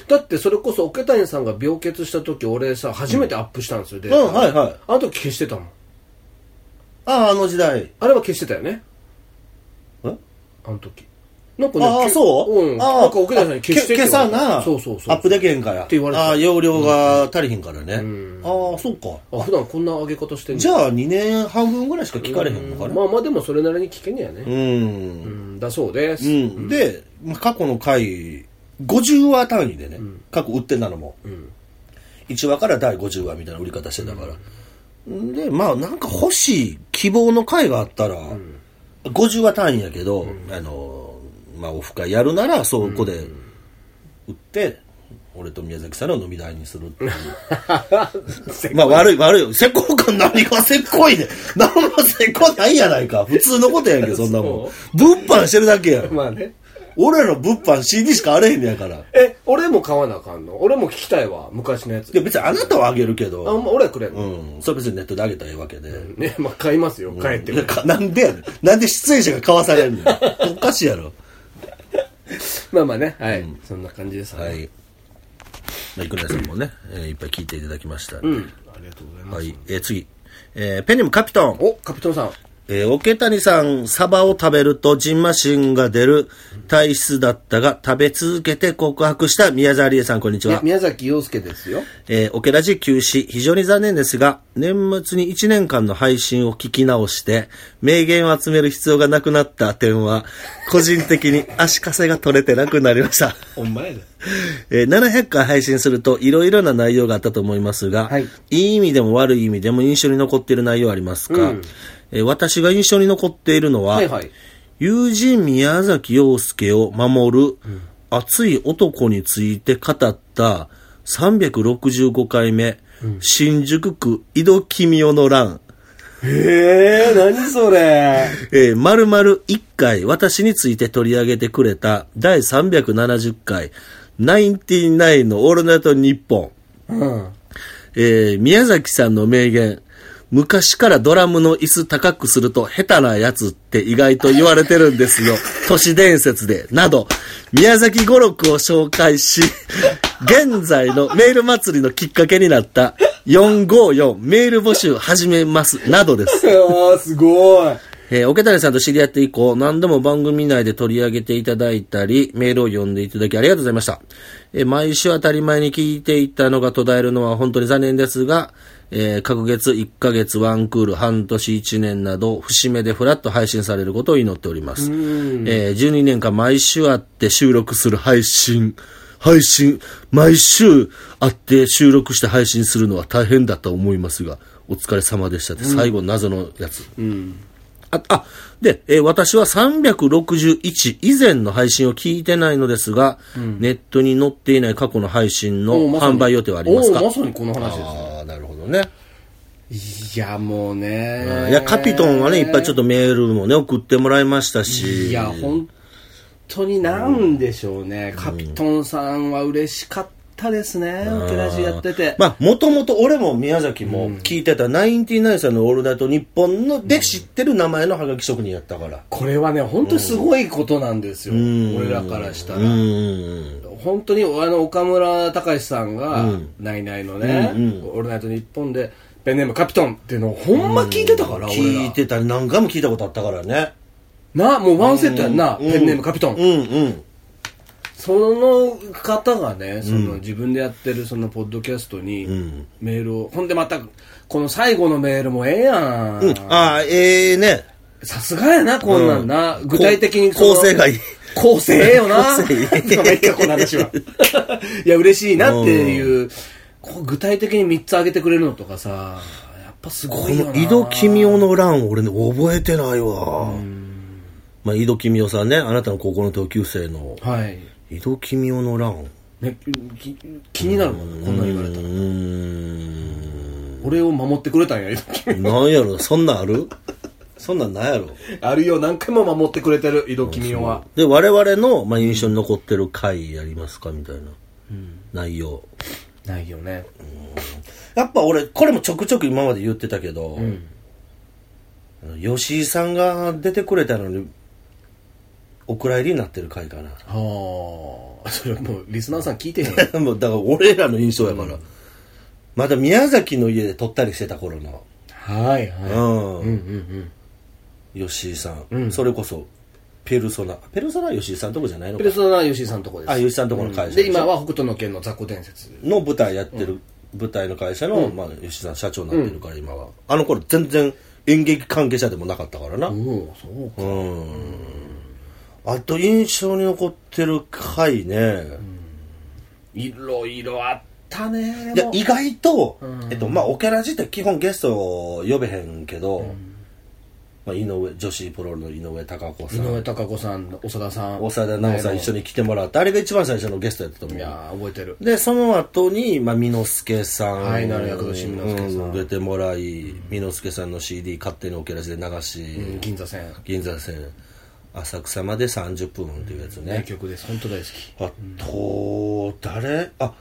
S2: だってそれこそ桶谷さんが病欠した時俺さ初めてアップしたんですよ、で
S1: うんはいはい
S2: あの時消してたもん
S1: ああ、あの時代。
S2: あれは消してたよね
S1: え
S2: あの時なんかね
S1: ああ、
S2: け
S1: そう
S2: うん
S1: ああ
S2: なんか奥谷さんに消してって
S1: け
S2: 言わ
S1: 消
S2: れ
S1: さ
S2: た
S1: な、
S2: そうそうそう
S1: アップできへんから。
S2: て言われた
S1: ああ、容量が足りひんからね。
S2: ん
S1: ああ、そうか。
S2: あ普段こんな上げ方してんの
S1: じゃあ2年半分ぐらいしか聞かれへんのかな。
S2: まあまあでもそれなりに聞けねえやね
S1: うん
S2: う。んだそうで
S1: う
S2: す、
S1: ん、で、まあ過去の回、50話単位でね、過去売ってたのも、1話から第50話みたいな売り方してたから。で、まあなんか欲しい希望の回があったら、50話単位やけど、あの、まあオフ会やるなら、そこで売って、俺と宮崎さんの飲み代にするっていう。 まあ悪い悪いよ。せこか何がせっこいねん。何もせっこないやないか。普通のことやんけど、 そんなもん。物販してるだけやん。
S2: まあね
S1: 俺らの物販 CD しかあれへんねやから。い
S2: え俺も買わなあかんの俺も聞きたいわ昔のやつ
S1: や別にあなたはあげるけ
S2: あ、まあ、
S1: ど、
S2: 俺はくれん
S1: う
S2: の、
S1: ん、それ別にネットであげたらええわけで。
S2: ねまあ買いますよ帰って
S1: い
S2: も
S1: やかなんでやねん。なんで出演者が買わされるの おかしいやろ。
S2: まあまあねはい、そんな感じです
S1: は
S2: はい、
S1: い。まあ、いくらさんもね、 えーいっぱい聞いていただきました。
S2: ありがとうございます、
S1: はい。えー次。えーペンネームカピトン。
S2: おカピトンさん
S1: えー、桶谷さん、サバを食べるとジンマシンが出る体質だったが、食べ続けて告白した宮沢りえさん、こんにち
S2: いや
S1: は。
S2: 宮崎洋介ですよ
S1: えーオケラジ休止、非常に残念ですが、年末に1年間の配信を聞き直して、名言を集める必要がなくなった点は、個人的に足かせが取れてなくなりました。
S2: お前だ
S1: えー700回配信するといろいろな内容があったと思いますが、
S2: はい
S1: い、い意味でも悪い意味でも印象に残っている内容ありますか、えー私が印象に残っているのは、
S2: はいはい
S1: 友人宮崎洋介を守る熱い男について語った365回目、新宿区井戸君代の乱、
S2: ええー、何それ。
S1: えー、丸々1回私について取り上げてくれた第370回、ナインティナインのオールナイトニッポン。
S2: うん。
S1: えー宮崎さんの名言、昔からドラムの椅子高くすると下手なやつって意外と言われてるんですよ。都市伝説で、など、宮崎語録を紹介し、現在のメール祭りのきっかけになった454メール募集始めます、などです。
S2: ああ、すごい。
S1: えー、桶谷さんと知り合って以降、何度も番組内で取り上げていただいたり、メールを読んでいただきありがとうございました。えー毎週当たり前に聞いていたのが途絶えるのは本当に残念ですが、えー各月1ヶ月ワンクール、半年1年など、節目でフラッと配信されることを祈っております。えー12年間毎週会って収録する配信、配信、毎週会って収録して配信するのは大変だと思いますが、お疲れ様でしたって、最後謎のやつ。あ、あ、で、えー私は361以前の配信を聞いてないのですが、ネットに載っていない過去の配信の
S2: おうまさに
S1: 販売予定はありますか
S2: おうまさにこの話で
S1: ああ、なるほどね。
S2: す。いや、もうね。
S1: いや、カピトンはね、いっぱいちょっとメールもね、送ってもらいましたし。
S2: いや、本当になんでしょうね。カピトンさんは嬉しかったですね。オケラジやってて。
S1: まあ、もともと俺も宮崎も聞いてた、ナインティナインさんのオールナイト日本ので知ってる名前のハガキ職人やったから。
S2: これはね、本当にすごいことなんですよ。俺らからしたら。
S1: うん。
S2: 本当にあの岡村隆史さんが「ナイナイのね「オールナイトニッポン」で「ペンネームカピトン」っていうのをほんま聞いてたから、俺ら
S1: 聞いてたり、何回も聞いたことあったからね。
S2: なもうワンセットやんな、
S1: うん
S2: ペンネームカピトン、
S1: うんうん。
S2: その方がねその自分でやってるそのポッドキャストに
S1: ん
S2: メールを、ほんでまたこの最後のメールもええやん、
S1: うん、ああ、ええね。
S2: さすがやなこんなんな、具体的にその
S1: 構成がいい。
S2: 構成ええよな。
S1: 構成いい
S2: なんかめっちゃこの話は。 いや、嬉しいなっていう、こう具体的に3つ挙げてくれるのとかさ、やっぱすご
S1: こ
S2: いよな。
S1: の井戸君雄の乱を俺ね、覚えてないわ。まあ、井戸君雄さんね、あなたの高校の同級生の、
S2: はい。
S1: 井戸君雄の乱。
S2: ね、き気になるもんね、こんなん言われた
S1: う
S2: ら。
S1: ー
S2: 俺を守ってくれたんや、井 戸君
S1: ん。なんやろ、そんなんあるそんなんなんやろ。
S2: あるよ、何回も守ってくれてる、井戸君は。
S1: で、我々の、まあ、印象に残ってる回やりますかみたいな。内容。
S2: ないよね。
S1: やっぱ俺、これもちょくちょく今まで言ってたけど、あの吉井さんが出てくれたのに、お蔵入りになってる回かな。
S2: はあ。それもう、リスナーさん聞いてへんよ。
S1: もうだから俺らの印象やから、まだ宮崎の家で撮ったりしてた頃の、
S2: はいは
S1: う
S2: い。う
S1: ん、
S2: んうん
S1: 吉井さん、
S2: ん
S1: それこそペルソナペルソナは吉井さんとこじゃない
S2: う
S1: の
S2: ん。ペ
S1: か
S2: ルソナは吉井さんとこです。
S1: あ吉井さんとこの会社
S2: で、今は北斗の拳の雑魚伝説。
S1: の舞台やってる、舞台の会社の、まあ、吉井さん社長になってるから今は、あの頃全然演劇関係者でもなかったからなうん、
S2: おお、そうか。
S1: あと印象に残ってる回ね、
S2: いろいろあったね
S1: いや意外と、
S2: ん
S1: えっとまあ、オケラジって基本ゲストを呼べへんけど、まあ、井上女子プロの井上貴子
S2: 井
S1: さん
S2: 上貴子さん長田さん
S1: 長田奈緒さん一緒
S2: に
S1: に来てもらってあれが一番最初のゲストやったと思
S2: いうやー覚えてる
S1: でその後にまあ、美之助さん、
S2: はいなる役年美之助さん
S1: う出てもらい美之助さんの CD 勝手にオケラジで流し、
S2: うん銀座線
S1: 銀座線浅草まで30分っていうやつね、
S2: 名曲です本当大好き
S1: あと誰あ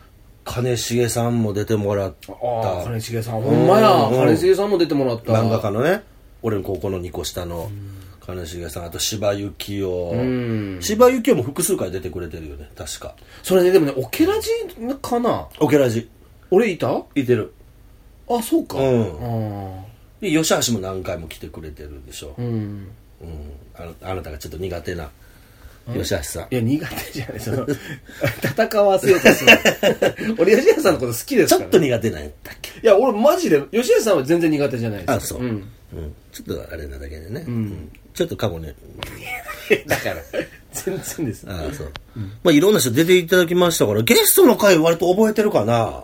S1: 金重さんも出てもらった
S2: ああ金重さんほんまや
S1: うんうん
S2: 金重さんも出てもらった
S1: 漫画家のね俺の高校の2個下の金重さんあと柴幸
S2: ん
S1: 雄柴幸雄も複数回出てくれてるよね確か
S2: それねでもねオケラジかな
S1: オケラジ
S2: 俺いたあ
S1: いてる
S2: そうか
S1: うん
S2: あ
S1: で吉橋も何回も来てくれてるでしょ、
S2: ーうん
S1: うんあのあなたがちょっと苦手な吉橋さん
S2: いや苦手じゃないその戦わせようと する俺吉田さんのこと好きで
S1: ち
S2: すか
S1: ょ
S2: ら
S1: っと苦手なんやったっけ
S2: いや俺マジで吉田さんは全然苦手じゃないです
S1: あそう、
S2: ん
S1: うんちょっとあれなだけでね、うんちょっと過去ね
S2: だから全然です
S1: ああそう、まあいろんな人出ていただきましたからゲストの回割と覚えてるかな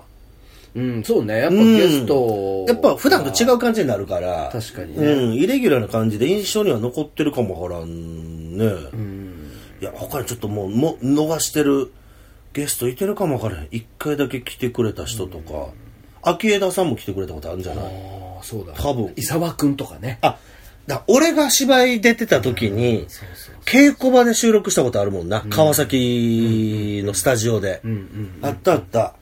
S2: うん、そうね。やっぱゲスト、
S1: やっぱ普段と違う感じになるから
S2: 確かにね
S1: うん、イレギュラーな感じで印象には残ってるかもわからんね、いや他にちょっともうも逃してるゲストいてるかもわからへん一回だけ来てくれた人とか、秋枝さんも来てくれたことあるんじゃない
S2: ああそうだ
S1: 多分
S2: 伊沢くんとかね
S1: あだ俺が芝居出てた時に、
S2: そうそう
S1: 稽古場で収録したことあるもんな、川崎のスタジオで、あったあった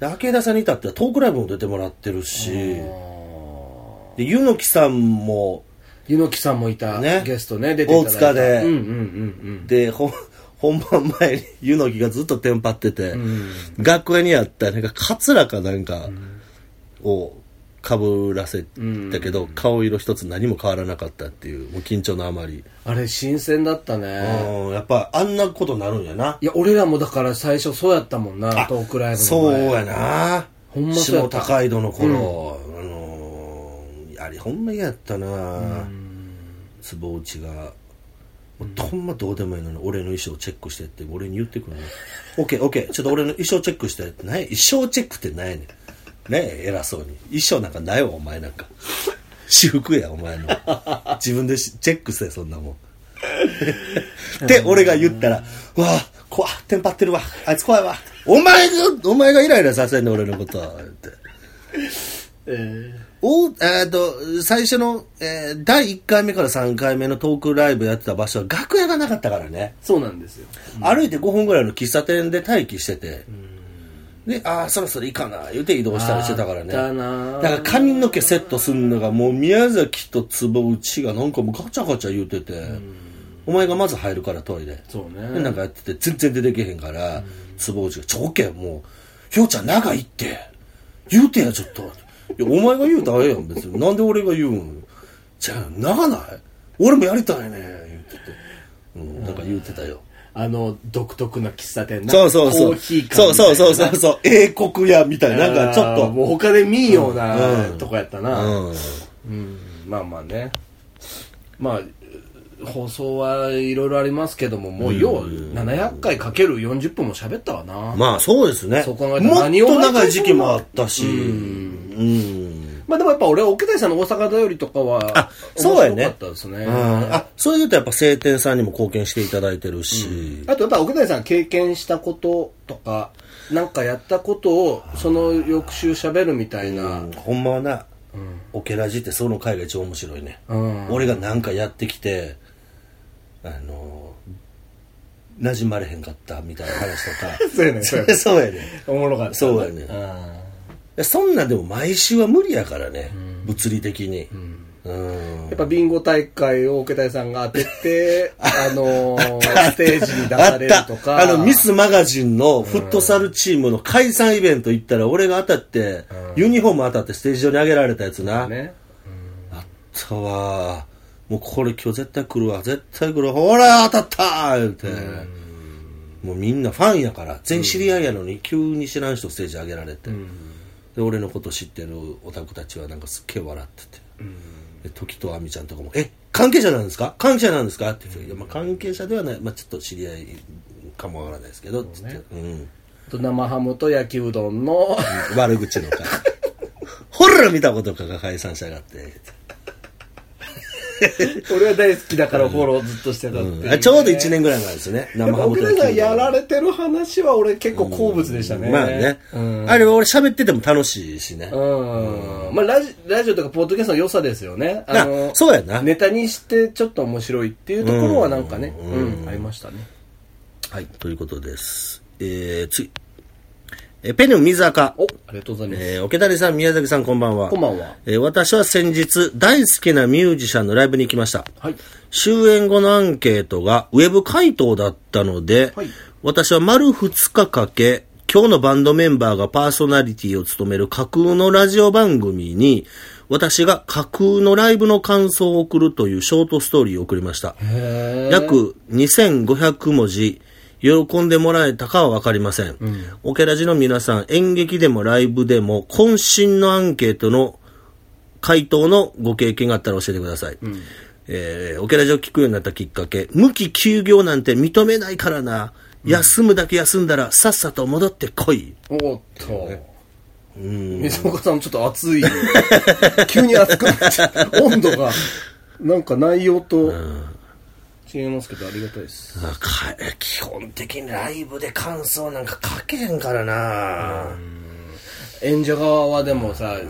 S1: で明枝さんに至ってはトークライブも出てもらってるしで柚木さんも
S2: 猪木さんもいた
S1: ね
S2: ゲストね出ていただいた
S1: 大塚で
S2: うんうんうん
S1: でほん 本番前に柚木がずっとテンパってて、楽屋にあったなんかカツラかなんかをかぶらせたけど、顔色一つ何も変わらなかったっていうもう緊張のあまり、
S2: うんあれ新鮮だったね
S1: うんやっぱあんなことになるんやない
S2: や俺らもだから最初そうやったもんな
S1: あ
S2: トークライブの前
S1: そうやな
S2: ほんまそうや
S1: 下
S2: った
S1: 高井戸の頃、あのーあれほんま嫌やったな坪内がほんまどうでもいいのに俺の衣装チェックしてって俺に言ってくるの OKOK ちょっと俺の衣装チェックしてって何や衣装チェックってないねんねえ偉そうに衣装なんかないわお前 なんか私服やお前の自分でしチェックせそんなもんって俺が言ったら、うわあ、怖っ、テンパってるわ、あいつ怖いわ、お前が、お前がイライラさせんね俺のことは、って。
S2: え
S1: お、えっと、最初の、えー第1回目から3回目のトークライブやってた場所は楽屋がなかったからね。
S2: ーそうなんですよ
S1: 歩いて5分ぐらいの喫茶店で待機してて、で、ああ、そろそろいいかな、言うて移動したりしてたからね。
S2: あったな
S1: だから髪の毛セットすんのが、もう宮崎と坪内がなんかもうガチャガチャ言うてて、お前がまず入るからトイレ。
S2: そうね
S1: なんかやってて全然出てけへんから、坪内が、ちょけもう、ひょうちゃん長いって、言うてや、ちょっと。いや、お前が言うたらええやん、別に。なんで俺が言うんじゃあ、長ない俺もやりたいね、言うてて。うん、なんか言うてたよ。
S2: あの独特な喫茶店な
S1: そうそうそ
S2: コ
S1: う。
S2: ーヒー感
S1: そうそうそう
S2: みたい
S1: そうそう。英国屋みたいな、
S2: な
S1: なんかちょっ
S2: あー
S1: と。
S2: もう他で見んような、
S1: うん
S2: とこやったな、
S1: うん。
S2: うんまあまあねまあう放送はいろいろありますけどももうよう700回かける40分も喋ったわな、ま
S1: まあ、そうですね。
S2: そう考
S1: も
S2: え
S1: った
S2: ら
S1: と
S2: 何を
S1: 長い時期もあったし。
S2: う
S1: うん。
S2: あでもやっぱ俺は桶谷さんの大阪だよりとかは
S1: あそうやね
S2: 面白かったですね
S1: うんあ、それで言うとやっぱ晴天さんにも貢献していただいてるし。
S2: あとやっぱ奥谷さん経験したこととかなんかやったことをその翌週喋るみたいな、
S1: うんほんまはな、オケラジってその回が一番面白いね、
S2: うん
S1: 俺がなんかやってきてあの馴染まれへんかったみたいな話とか
S2: そうやね そうやね
S1: そうやね
S2: おもろかった
S1: そうやねそんなんでも毎週は無理やからね、物理的にうん
S2: やっぱビンゴ大会を桶谷さんが当て て、あのーステージに出
S1: あ
S2: さ
S1: っ
S2: れると
S1: た。
S2: か。
S1: あの、ミスマガジンのフットサルチームの解散イベント行ったら、俺が当たって、ユニフォーム当たってステージ上に上げられたやつな。
S2: ね。
S1: あったわもうこれ今日絶対来るわ絶対来るわほら当たったーってもうみんなファンやから全員知り合いやのに急に知らん人ステージ上げられてで俺のこと知ってるオタクたちはなんかすっげえ笑っててで時と亜美ちゃんとかも「え関係者なんですか関係者なんですか?」って言って「いやまあ関係者ではない、まあ、ちょっと知り合いかもわからないですけど」つって、うん、
S2: あと生ハムと焼きうどんの、
S1: 悪口 の会ほら見たことかが解散しやがって。
S2: 俺は大好きだからフォローずっとしてたっていうね、
S1: あちょうど1年ぐらい前ですね。
S2: やっぱ奥
S1: と
S2: 谷
S1: 焼
S2: さん
S1: きうど
S2: や
S1: ん
S2: られてる話は俺結構好物でしたね。
S1: まあね。
S2: うん。
S1: あれ俺喋ってても楽しいしね。
S2: うんまあラジ、ラジオとかポッドキャストの良さですよね。あの
S1: あそうやな
S2: ネタにしてちょっと面白いっていうところはなんかね、
S1: うん
S2: うん、ありましたね。
S1: はい。ということです。えー、次。えーペンネーム水垢。
S2: お、ありがとうございます。
S1: えー、桶谷さん、宮崎さん、こんばんは。
S2: こんばんは。
S1: えー私は先日、大好きなミュージシャンのライブに行きました。
S2: はい。
S1: 終演後のアンケートがウェブ回答だったので、
S2: はい
S1: 私は丸2日かけ、今日のバンドメンバーがパーソナリティを務める架空のラジオ番組に、私が架空のライブの感想を送るというショートストーリーを送りました。約2500文字、喜んでもらえたかはわかりません。オケラジの皆さん、演劇でもライブでも、渾身のアンケートの回答のご経験があったら教えてください。えー、オケラジを聞くようになったきっかけ、無期休業なんて認めないからな。休むだけ休んだら、さっさと戻ってこい。
S2: おっと。水岡さん、ちょっと熱い。 急に熱くなっちゃった。温度が、なんか内容と、違いますけどありがたいです
S1: あか基本的にライブで感想なんか書けへんからな
S2: 演者側はでもさえ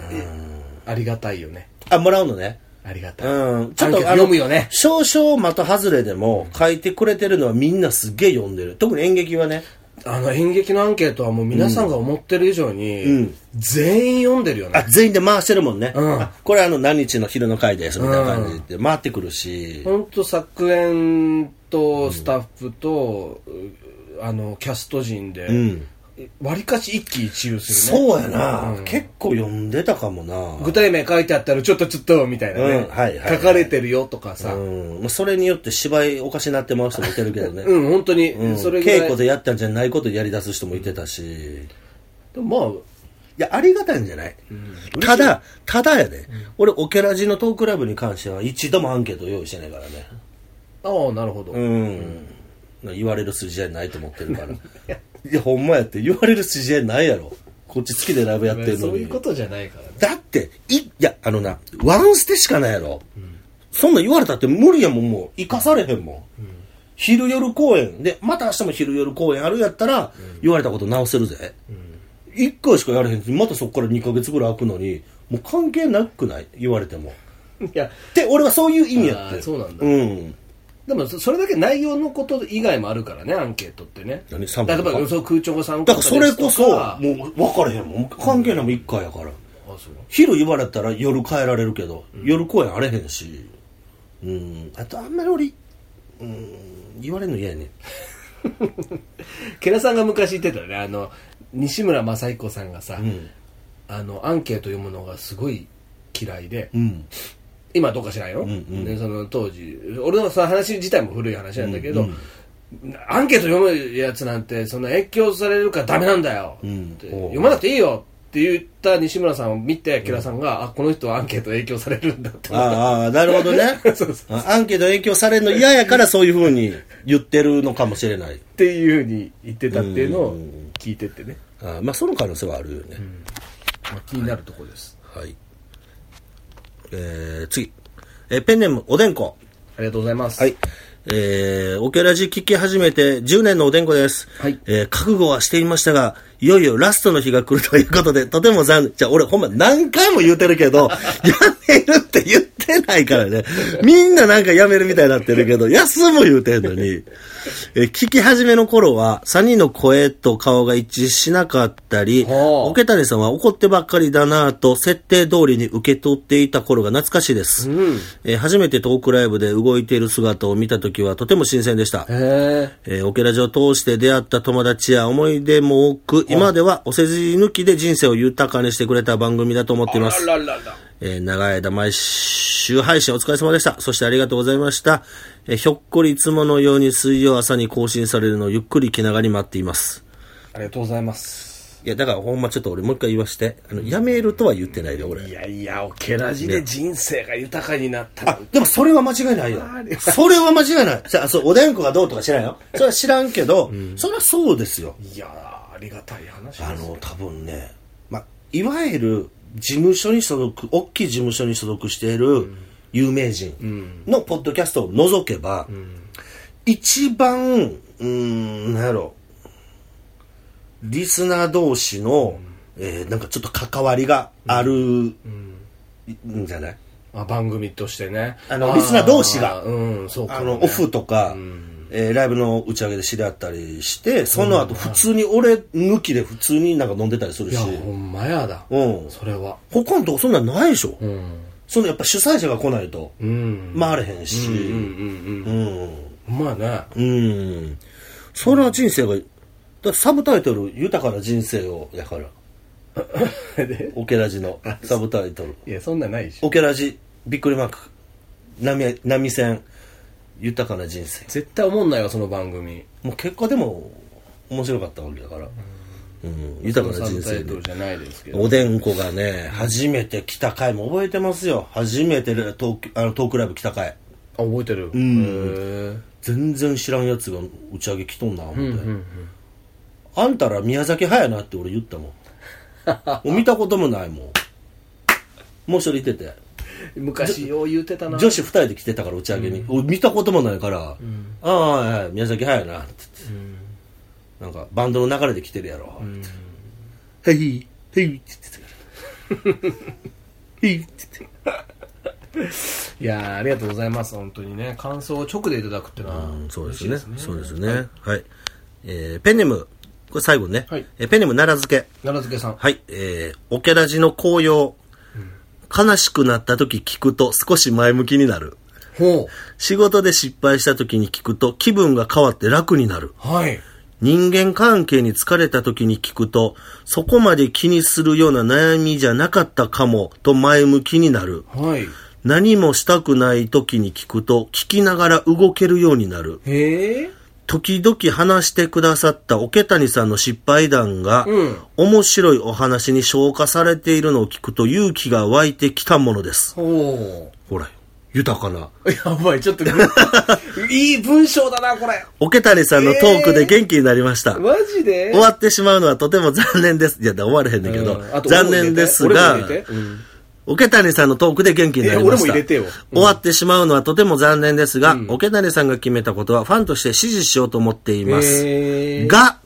S2: ありがたいよね
S1: あもらうのね
S2: ありがたい、
S1: うん
S2: ちょっと読むよね
S1: 少々的外れでも書いてくれてるのはみんなすげえ読んでる特に演劇はね
S2: あの演劇のアンケートはもう皆さんが思ってる以上に、
S1: うん
S2: 全員読んでるよ
S1: あ
S2: ね、
S1: 全員で回してるもんね、
S2: うん
S1: あこれあの何日の昼の回ですみたいな感じで回ってくるし、
S2: ほんと作演とスタッフと、あのキャスト陣で、
S1: ん
S2: わりかし一喜一憂するね
S1: そうやな、結構読んでたかもな
S2: 具体名書いてあったらちょっとちょっとみたいなね、
S1: うんはいはいはい
S2: 書かれてるよとかさ、
S1: うん、まあそれによって芝居おかしになってまう人もいてるけどね、
S2: うん、本当に、
S1: うん
S2: それぐらい
S1: 稽古でやったんじゃないことやり出す人もいてたし、い
S2: でも
S1: やありがたいんじゃない、ただただやで、俺オケラジのトークライブに関しては一度もアンケート用意してないからね
S2: まあああなるほど、
S1: うん、言われる筋合い ないと思ってるからいやほんまやって言われる筋合いないやろこっち好きでライブやってるのに
S2: そういうことじゃないからね
S1: だっていいやあのなワンステしかないやろ、そんなん言われたって無理やもんもう生かされへんもん、昼夜公演でまた明日も昼夜公演あるやったら、言われたこと直せるぜ、一1回しかやれへんしまたそこから2ヶ月ぐらい空くのにもう関係なくない言われても
S2: いや
S1: って俺はそういう意味やっ
S2: あ
S1: て
S2: ーそうなんだ
S1: うん
S2: でもそそれだけ内容のこと以外もあるからねアンケートってね例
S1: 何
S2: え
S1: 三本とか
S2: ばそう空調さん
S1: だからそれこそ
S2: あ
S1: もう分かれへんもん関係ないもん1回やから、
S2: そう
S1: 昼言われたら夜帰られるけど、夜公演あれへんしうんあとあんまり俺うん言われるの嫌やねん
S2: ケラさんが昔言ってたねあの西村雅彦さんがさ、
S1: ん
S2: あのアンケート読むのがすごい嫌いで、
S1: うん
S2: 今どうか知らんよ、
S1: んうん
S2: でその当時俺のその話自体も古い話なんだけど、アンケート読むやつなんてそんな越境されるからダメなんだよ、
S1: ん
S2: って
S1: おう
S2: 読まなくていいよって言った西村さんを見てケラさんが、あこの人はアンケート影響されるんだって
S1: ああああなるほどね
S2: そうそ
S1: あアンケート影響されるの嫌やからそういうふうに言ってるのかもしれない
S2: っていうふうに言ってたっていうのを聞いてってね、
S1: ああまあその可能性はあるよね、
S2: まあ、気になるところです
S1: はいえー、次、えーペンネームおでんこ
S2: ありがとうございます、
S1: はい。えー、オケラジ聞き始めて10年のおでんこです。
S2: はい
S1: えー、覚悟はしていましたが、いよいよラストの日が来るということで、とても残念。じゃあ、俺ほんま何回も言うてるけ ど、やめるって言ってないからね。みんななんかやめるみたいになってるけど、休む言うてんのに。えー、聞き始めの頃は、3人の声と顔が一致しなかったり、
S2: ほう
S1: オケタネさんは怒ってばっかりだなぁと、設定通りに受け取っていた頃が懐かしいです。えー初めてトークライブで動いている姿を見た時はとても新鮮でした。
S2: へ
S1: えーオケラジを通して出会った友達や思い出も多く、今ではお世辞抜きで人生を豊かにしてくれた番組だと思っていま
S2: あ
S1: す。
S2: ららら
S1: えー長い間毎週配信お疲れ様でした。そしてありがとうございました。えーひょっこりいつものように水曜朝に更新されるのをゆっくり気長に待っています。
S2: ありがとうございます
S1: いや、だからほんまちょっと俺もう一回言わして。あの、やめるとは言ってないで、俺
S2: い。やいやオケラジで人生が豊かになったなんて
S1: でもそれは間違いないよ。それは間違いない。さあ、そう、おでんこがどうとか知らんよ。それは知らんけど、それはそうですよ。
S2: いやーありがたい話です
S1: あの、多分ね、まあ、いわゆる事務所に所属、大きい事務所に所属している有名人のポッドキャストを除けば、一番、うーん、なんやろ、リスナー同士の、えーなんかちょっと関わりがあるんじゃない、
S2: まあ、番組としてね
S1: あのリスナー同士が
S2: うんそう
S1: あ
S2: かもね、
S1: の、オフとか、えーライブの打ち上げで知り合ったりして、その後普通に俺抜きで普通になんか飲んでたりする
S2: い
S1: し
S2: や、ほんまやだ、
S1: うん。
S2: それは
S1: 他のとこそんなんないでしょ、
S2: うん
S1: そのやっぱ主催者が来ないと
S2: うん
S1: 回れへんし、
S2: うんうん
S1: うん、うん
S2: うんまあね
S1: それは人生が、だからサブタイトル、豊かな人生を、やから、
S2: で
S1: オケラジのサブタイトル。
S2: いやそんなないでしょ
S1: オケラジ、びっくりマーク、波、波線、豊かな人生。
S2: 絶対思んないわその番組
S1: もう結果でも、面白かったわけだから、うん、豊かな人
S2: サブタ
S1: 生
S2: イト
S1: で。
S2: ルじゃないですけど
S1: おでんこがね、初めて来た回も覚えてますよ。初めてトークあのトークライブ来た回。
S2: あ覚えてるうん
S1: 全然知らんやつが打ち上げ来とんな思って、あんたら宮崎派やなって 俺言ったもんもう見たこともないもんもう一人いてて
S2: 昔よう言うてたな。
S1: 女子二人で来てたから打ち上げに、俺見たこともないから「ああはいはい宮崎早いな」って言って、なんかバンドの流れで来てるやろ」って「はいはい」って言ってたから「はい」って言って
S2: いやーありがとうございます。本当にね。感想を直でいただくってのは、
S1: うんそうです
S2: 嬉
S1: ね
S2: しい
S1: そうですねはい、えーペンネームこれ最後ね、
S2: はい
S1: えーペンネーム奈良漬け
S2: 奈良漬さん。
S1: はい、えー、オケラジの紅葉。悲しくなった時聞くと少し前向きになる。
S2: ほう。
S1: 仕事で失敗した時に聞くと気分が変わって楽になる。
S2: はい。
S1: 人間関係に疲れた時に聞くと、そこまで気にするような悩みじゃなかったかもと前向きになる。
S2: はい。
S1: 何もしたくない時に聞くと、聞きながら動けるようになる。
S2: へえ。
S1: 時々話してくださった桶谷さんの失敗談が、
S2: うん
S1: 面白いお話に消化されているのを聞くと勇気が湧いてきたものです。
S2: ほ
S1: ほら、豊かな。
S2: う。やばい、ちょっと、 いい文章だな、これ。
S1: 桶谷さんのトークで元気になりました。
S2: マジで
S1: 終わってしまうのはとても残念です。いや、終われへんねんけど、残念ですが、桶谷さんのトークで元気になりました。
S2: え俺も入れてようん
S1: 終わってしまうのはとても残念ですが、桶谷さんが決めたことはファンとして支持しようと思っています。
S2: え
S1: が、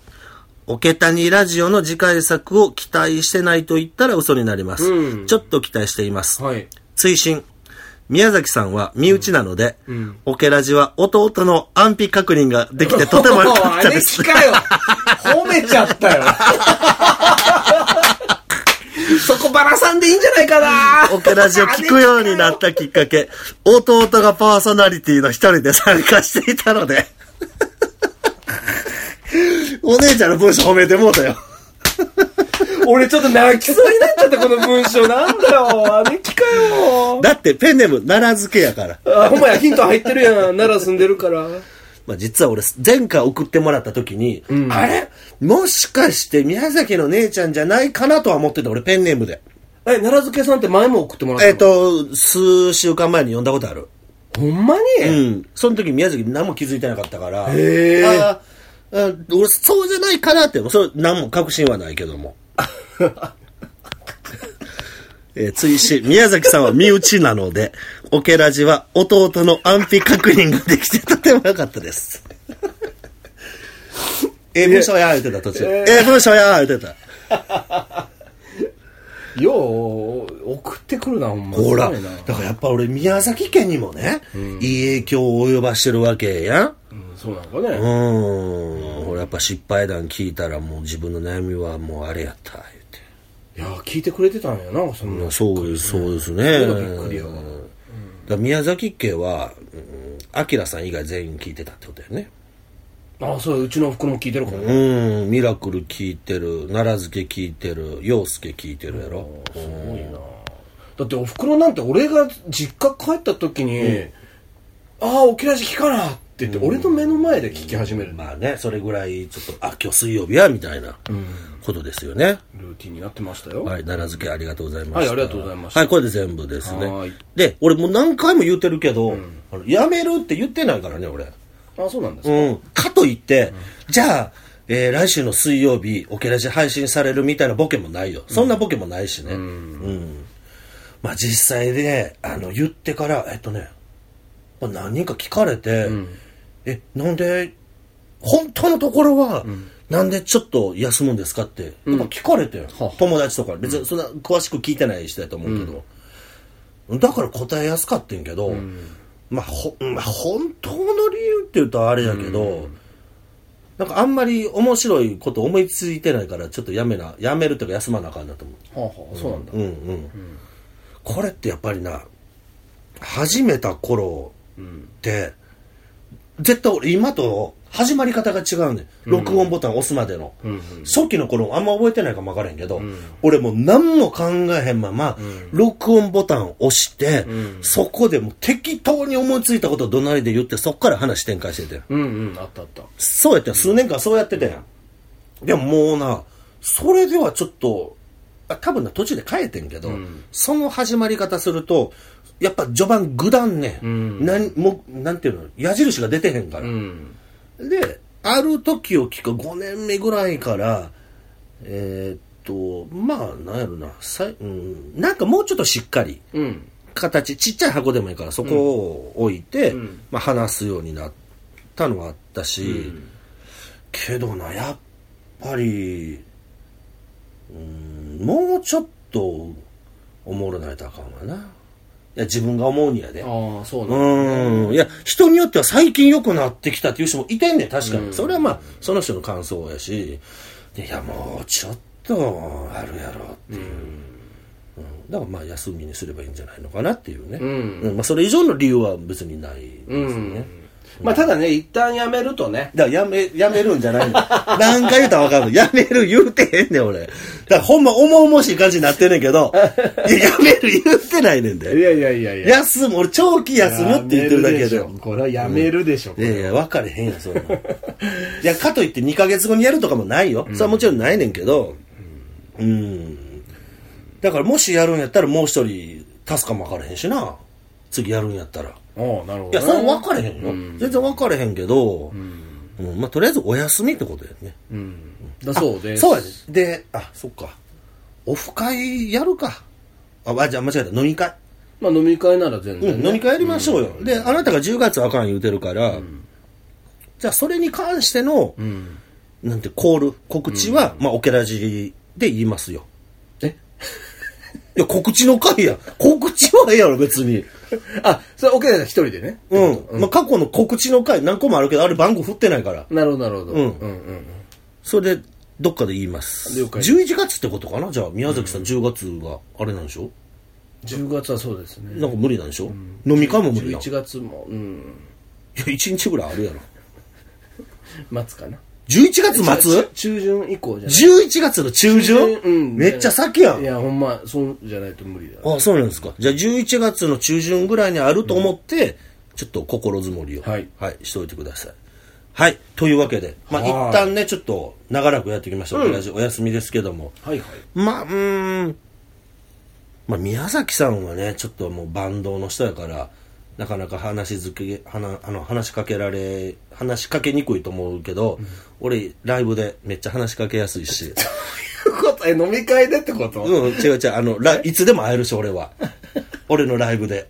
S1: 桶谷ラジオの次回作を期待してないと言ったら嘘になります。
S2: うん
S1: ちょっと期待しています。
S2: はい。
S1: 追伸宮崎さんは身内なので、
S2: ん
S1: オケラジは弟の安否確認ができてとても良かった
S2: おう
S1: で
S2: 姉
S1: す
S2: 貴。かよ褒めちゃったよ そこばらさんでいいんじゃないかな
S1: オケラジを聞くようになったきっかけ、弟がパーソナリティの一人で参加していたので、 お姉ちゃんの文章褒めてもうたよ。
S2: 俺ちょっと泣きそうになっちゃった、この文章。なんだよ、姉貴かよ。
S1: だってペンネーム奈良漬けやから。
S2: あ、ほんまや、ヒント入ってるやん。奈良住んでるから。
S1: まあ、実は俺、前回送ってもらった時に、あれもしかして宮崎の姉ちゃんじゃないかなとは思ってた、俺ペンネームで。
S2: え、奈良漬さんって前も送ってもらった
S1: え
S2: の
S1: っ、と、数週間前に読んだことある。
S2: ほんまに、
S1: うん。その時宮崎何も気づいてなかったから、
S2: へー
S1: あーあ俺そうじゃないかなって、それ何も確信はないけども。 えー、追試、宮崎さんは身内なので、オケラジは弟の安否確認ができてとても良かったです。えー、文章やー言ってた途中。え
S2: え
S1: ー、文章やー言ってた。
S2: よう、送ってくるな、ほんま。
S1: ほら、
S2: すごいな
S1: だからやっぱ俺宮崎県にもね、いい影響を及ばしてるわけやん。
S2: うんそうなんかね。
S1: うん。俺やっぱ失敗談聞いたらもう自分の悩みはもうあれやった、言って。
S2: いや、聞いてくれてたんやな、そんな。
S1: そうです、そうです
S2: そ
S1: ね。
S2: れがびっくりやわ
S1: うんだから宮崎家は、うんアキラさん以外全員聞いてたってことだよね。
S2: あ、そう、うちの服も聞いてるからね。
S1: うん、ミラクル聞いてる、奈良漬け聞いてる、陽介聞いてるやろ。
S2: すごいなだっておふくろなんて俺が実家帰った時に「ああおきらし聞かな」って言って俺の目の前で聞き始める、
S1: まあね、それぐらい、ちょっと、あ、今日水曜日や、みたいなことですよね。
S2: ルーティンになってましたよ、
S1: はい、奈良漬けありがとうございました。
S2: はいありがとうございました
S1: はい、これで全部ですね
S2: はい。
S1: で、俺もう何回も言ってるけど、あのやめるって言ってないからね、俺。
S2: ああそうなんですか、
S1: うん。かといって、じゃあ、えー来週の水曜日、オケラジ配信されるみたいなボケもないよ。そんなボケもないしね。うん。まあ実際で、あの、言ってから、えっとね、まあ何人か聞かれて、え、なんで、本当のところは、なんでちょっと休むんですかって、やっぱ聞かれて、
S2: は
S1: 友達とか、別にそんな詳しく聞いてない人だと思うけど、だから答えやすかってんけど、まあ、ほ、まあ、本当の理由って言うとあれやけど、なんかあんまり面白いこと思いついてないから、ちょっとやめな、やめるとか休まなあかんなと思
S2: はあはあそうなんだ、
S1: う。うんうん。これってやっぱりな、始めた頃って、絶対俺今と始まり方が違うねん。録音ボタン押すまでの。初期の頃あんま覚えてないかもわからへんけど、俺もう何も考えへんまま、録音ボタンを押して、そこでもう適当に思いついたことを怒鳴りで言って、そっから話展開してて。
S2: うんうんあったあった
S1: そうやって数年間そうやってたやん。でももうな、それではちょっと、あ多分な、途中で変えてんけど、その始まり方すると、やっぱ序盤具断ね、なん、もう、なんていうの、矢印が出てへんから。
S2: うん
S1: で、ある時を聞く5年目ぐらいから、えーっと、まあ、なんやろな、さいうん、なんかもうちょっとしっかり、
S2: うん
S1: 形ちっちゃい箱でもいいからそこを置いて、
S2: うん
S1: まあ、話すようになったのはあったし、
S2: うん
S1: けどなやっぱりうんもうちょっとおもろないとあかんわないや自分が思うにやで
S2: ああそう
S1: う
S2: なん
S1: んいや人によっては最近良くなってきたっていう人もいてんねん確かに、
S2: うん
S1: それはまあその人の感想やしでいやもうちょっとあるやろっていう、うんだからまあ休みにすればいいんじゃないのかなっていうね、
S2: うん
S1: まあ、それ以上の理由は別にないです
S2: う
S1: ね、
S2: んまあただね一旦やめるとね
S1: だからやめ、やめるんじゃないの。 何回言うたらわかんない。やめる言うてへんねん、俺。だからほんま重々しい感じになってんねんけ ど、いややめる言うてないねん
S2: い
S1: で。
S2: やいやいやいや
S1: 休む、俺長期休むって言ってるだけ
S2: やめでし
S1: で。
S2: ょこれはやめるでしょ
S1: いやいや、分かれへんやん、そんなん。いや、かといって2ヶ月後にやるとかもないよ。それはもちろんないねんけど、うん。だからもしやるんやったらもう一人、助すかも分からへんしな。次やるんやったら。
S2: おうなるほどね
S1: いや、それ分かれへんよ。
S2: う
S1: 全
S2: ん
S1: 然分かれへんけど、うんまあ、とりあえずお休みってことやね。
S2: うんだそうです
S1: そうやね。で、あ、そっか。オフ会やるか。あ、あじゃあ間違えた。飲み会。
S2: まあ飲み会なら全
S1: うん、
S2: 然ね
S1: 飲み会やりましょうよ。で、あなたが10月あかん言うてるから、じゃあそれに関しての、
S2: うん
S1: なんて、コール、告知は、まあ、オケラジで言いますよ。
S2: え
S1: いや、告知の回や。告知はええやろ、別に。
S2: あそれ OK だ一人でね
S1: うん。まあ、過去の告知の回何個もあるけど、あれ番号振ってないから。
S2: なるほどなるほど
S1: うん
S2: うん
S1: それで、どっかで言います。
S2: 了解
S1: 11月ってことかなじゃあ、宮崎さん10月があれなんでしょ
S2: 10月はそうですね
S1: なんか無理なんでしょ飲み会も無理やん。
S2: 11月もうん
S1: いや、1日ぐらいあるやろ。
S2: 待つかな
S1: 11月末
S2: 中旬以降じゃない
S1: ?11 月の中旬、
S2: うん
S1: めっちゃ先や
S2: い
S1: ん。
S2: やほんまそうじゃないと無理だ
S1: あそうなんですか。じゃあ11月の中旬ぐらいにあると思って、ちょっと心づもりを、
S2: はい
S1: しておいてください。はい。というわけで、まあ、
S2: はい
S1: 一旦ね、ちょっと長らくやってきました。ラジオお休みですけども。
S2: はいはい
S1: まあ、うーん。まあ、宮崎さんはね、ちょっともうバンドの人やから、なかなか話づけ、はなあの、話しかけられ、話しかけにくいと思うけど、俺、ライブでめっちゃ話しかけやすいし。
S2: という ことえ飲み会でってこと、
S1: うん、違う違う、あの、ラいつでも会えるし、俺は。俺のライブで。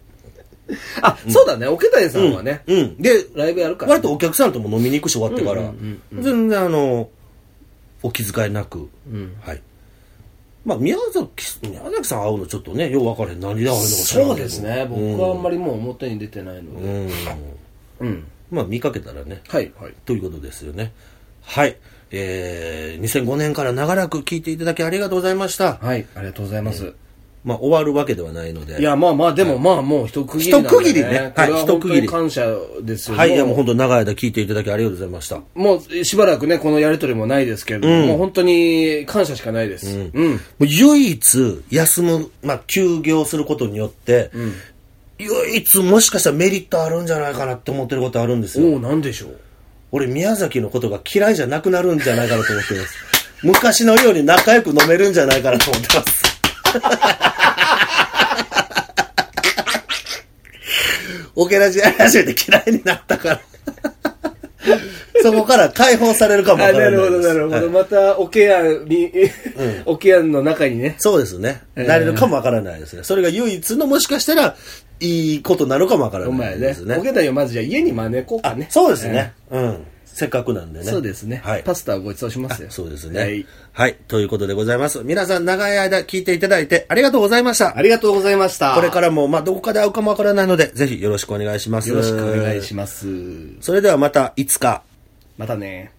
S2: あ、そうだね桶谷さんはね、
S1: うん。で、
S2: ライブやるから、
S1: 割とお客さんとも飲みに行くし、終わってから。全然、あの、お気遣いなく。はい。まあ、宮崎、宮崎さん会うのちょっとね、よう分からへん。何で会うのか知らんけど
S2: そうですね僕はあんまりもう表に出てないので
S1: うん。
S2: うん、
S1: まあ、見かけたらね。
S2: はいはい
S1: ということですよね。はい。えー、2005年から長らく聞いていただきありがとうございました。
S2: はいありがとうございます、
S1: まあ、終わるわけではないので。
S2: いやまあまあでもまあもう一区切りなんで、
S1: 一区切りね
S2: これは本当
S1: はい一区切り
S2: に感謝ですよ
S1: はい、いやもう
S2: も
S1: 本当長い間聞いていただきありがとうございました。
S2: うもうしばらくねこのやりとりもないですけれども、もう本当に感謝しかないですうん、
S1: もう唯一休む、まあ、休業することによって、唯一もしかしたらメリットあるんじゃないかなって思ってることあるんですよ。
S2: おおなんでしょう
S1: 俺、宮崎のことが嫌いじゃなくなるんじゃないかなと思ってます。昔のように仲良く飲めるんじゃないかなと思ってます。 オケラジやり始めて嫌いになったから。そこから解放されるかもわ
S2: あ
S1: からな
S2: ない
S1: です
S2: るほどなるほど、
S1: はい
S2: またオケアンに、オケアンの中にね
S1: そうですね。
S2: えー
S1: なれるかもわからないですね。それが唯一のもしかしたら、いいことなのかもわから
S2: お
S1: な
S2: 前
S1: い
S2: ね
S1: ですね。
S2: オケ谷をまずじゃあ家に招こうかね
S1: そうですね。うん。せっかくなんでね。
S2: そうですね。
S1: はい。
S2: パスタをご馳走しますよ。
S1: そうですね、
S2: は
S1: はい
S2: い。。
S1: ということでございます。皆さん長い間聞いていただいてありがとうございました。
S2: ありがとうございました。
S1: これからも、まあ、どこかで会うかもわからないので、ぜひよろしくお願いします。
S2: よろしくお願いします。
S1: それではまたいつか。
S2: またね。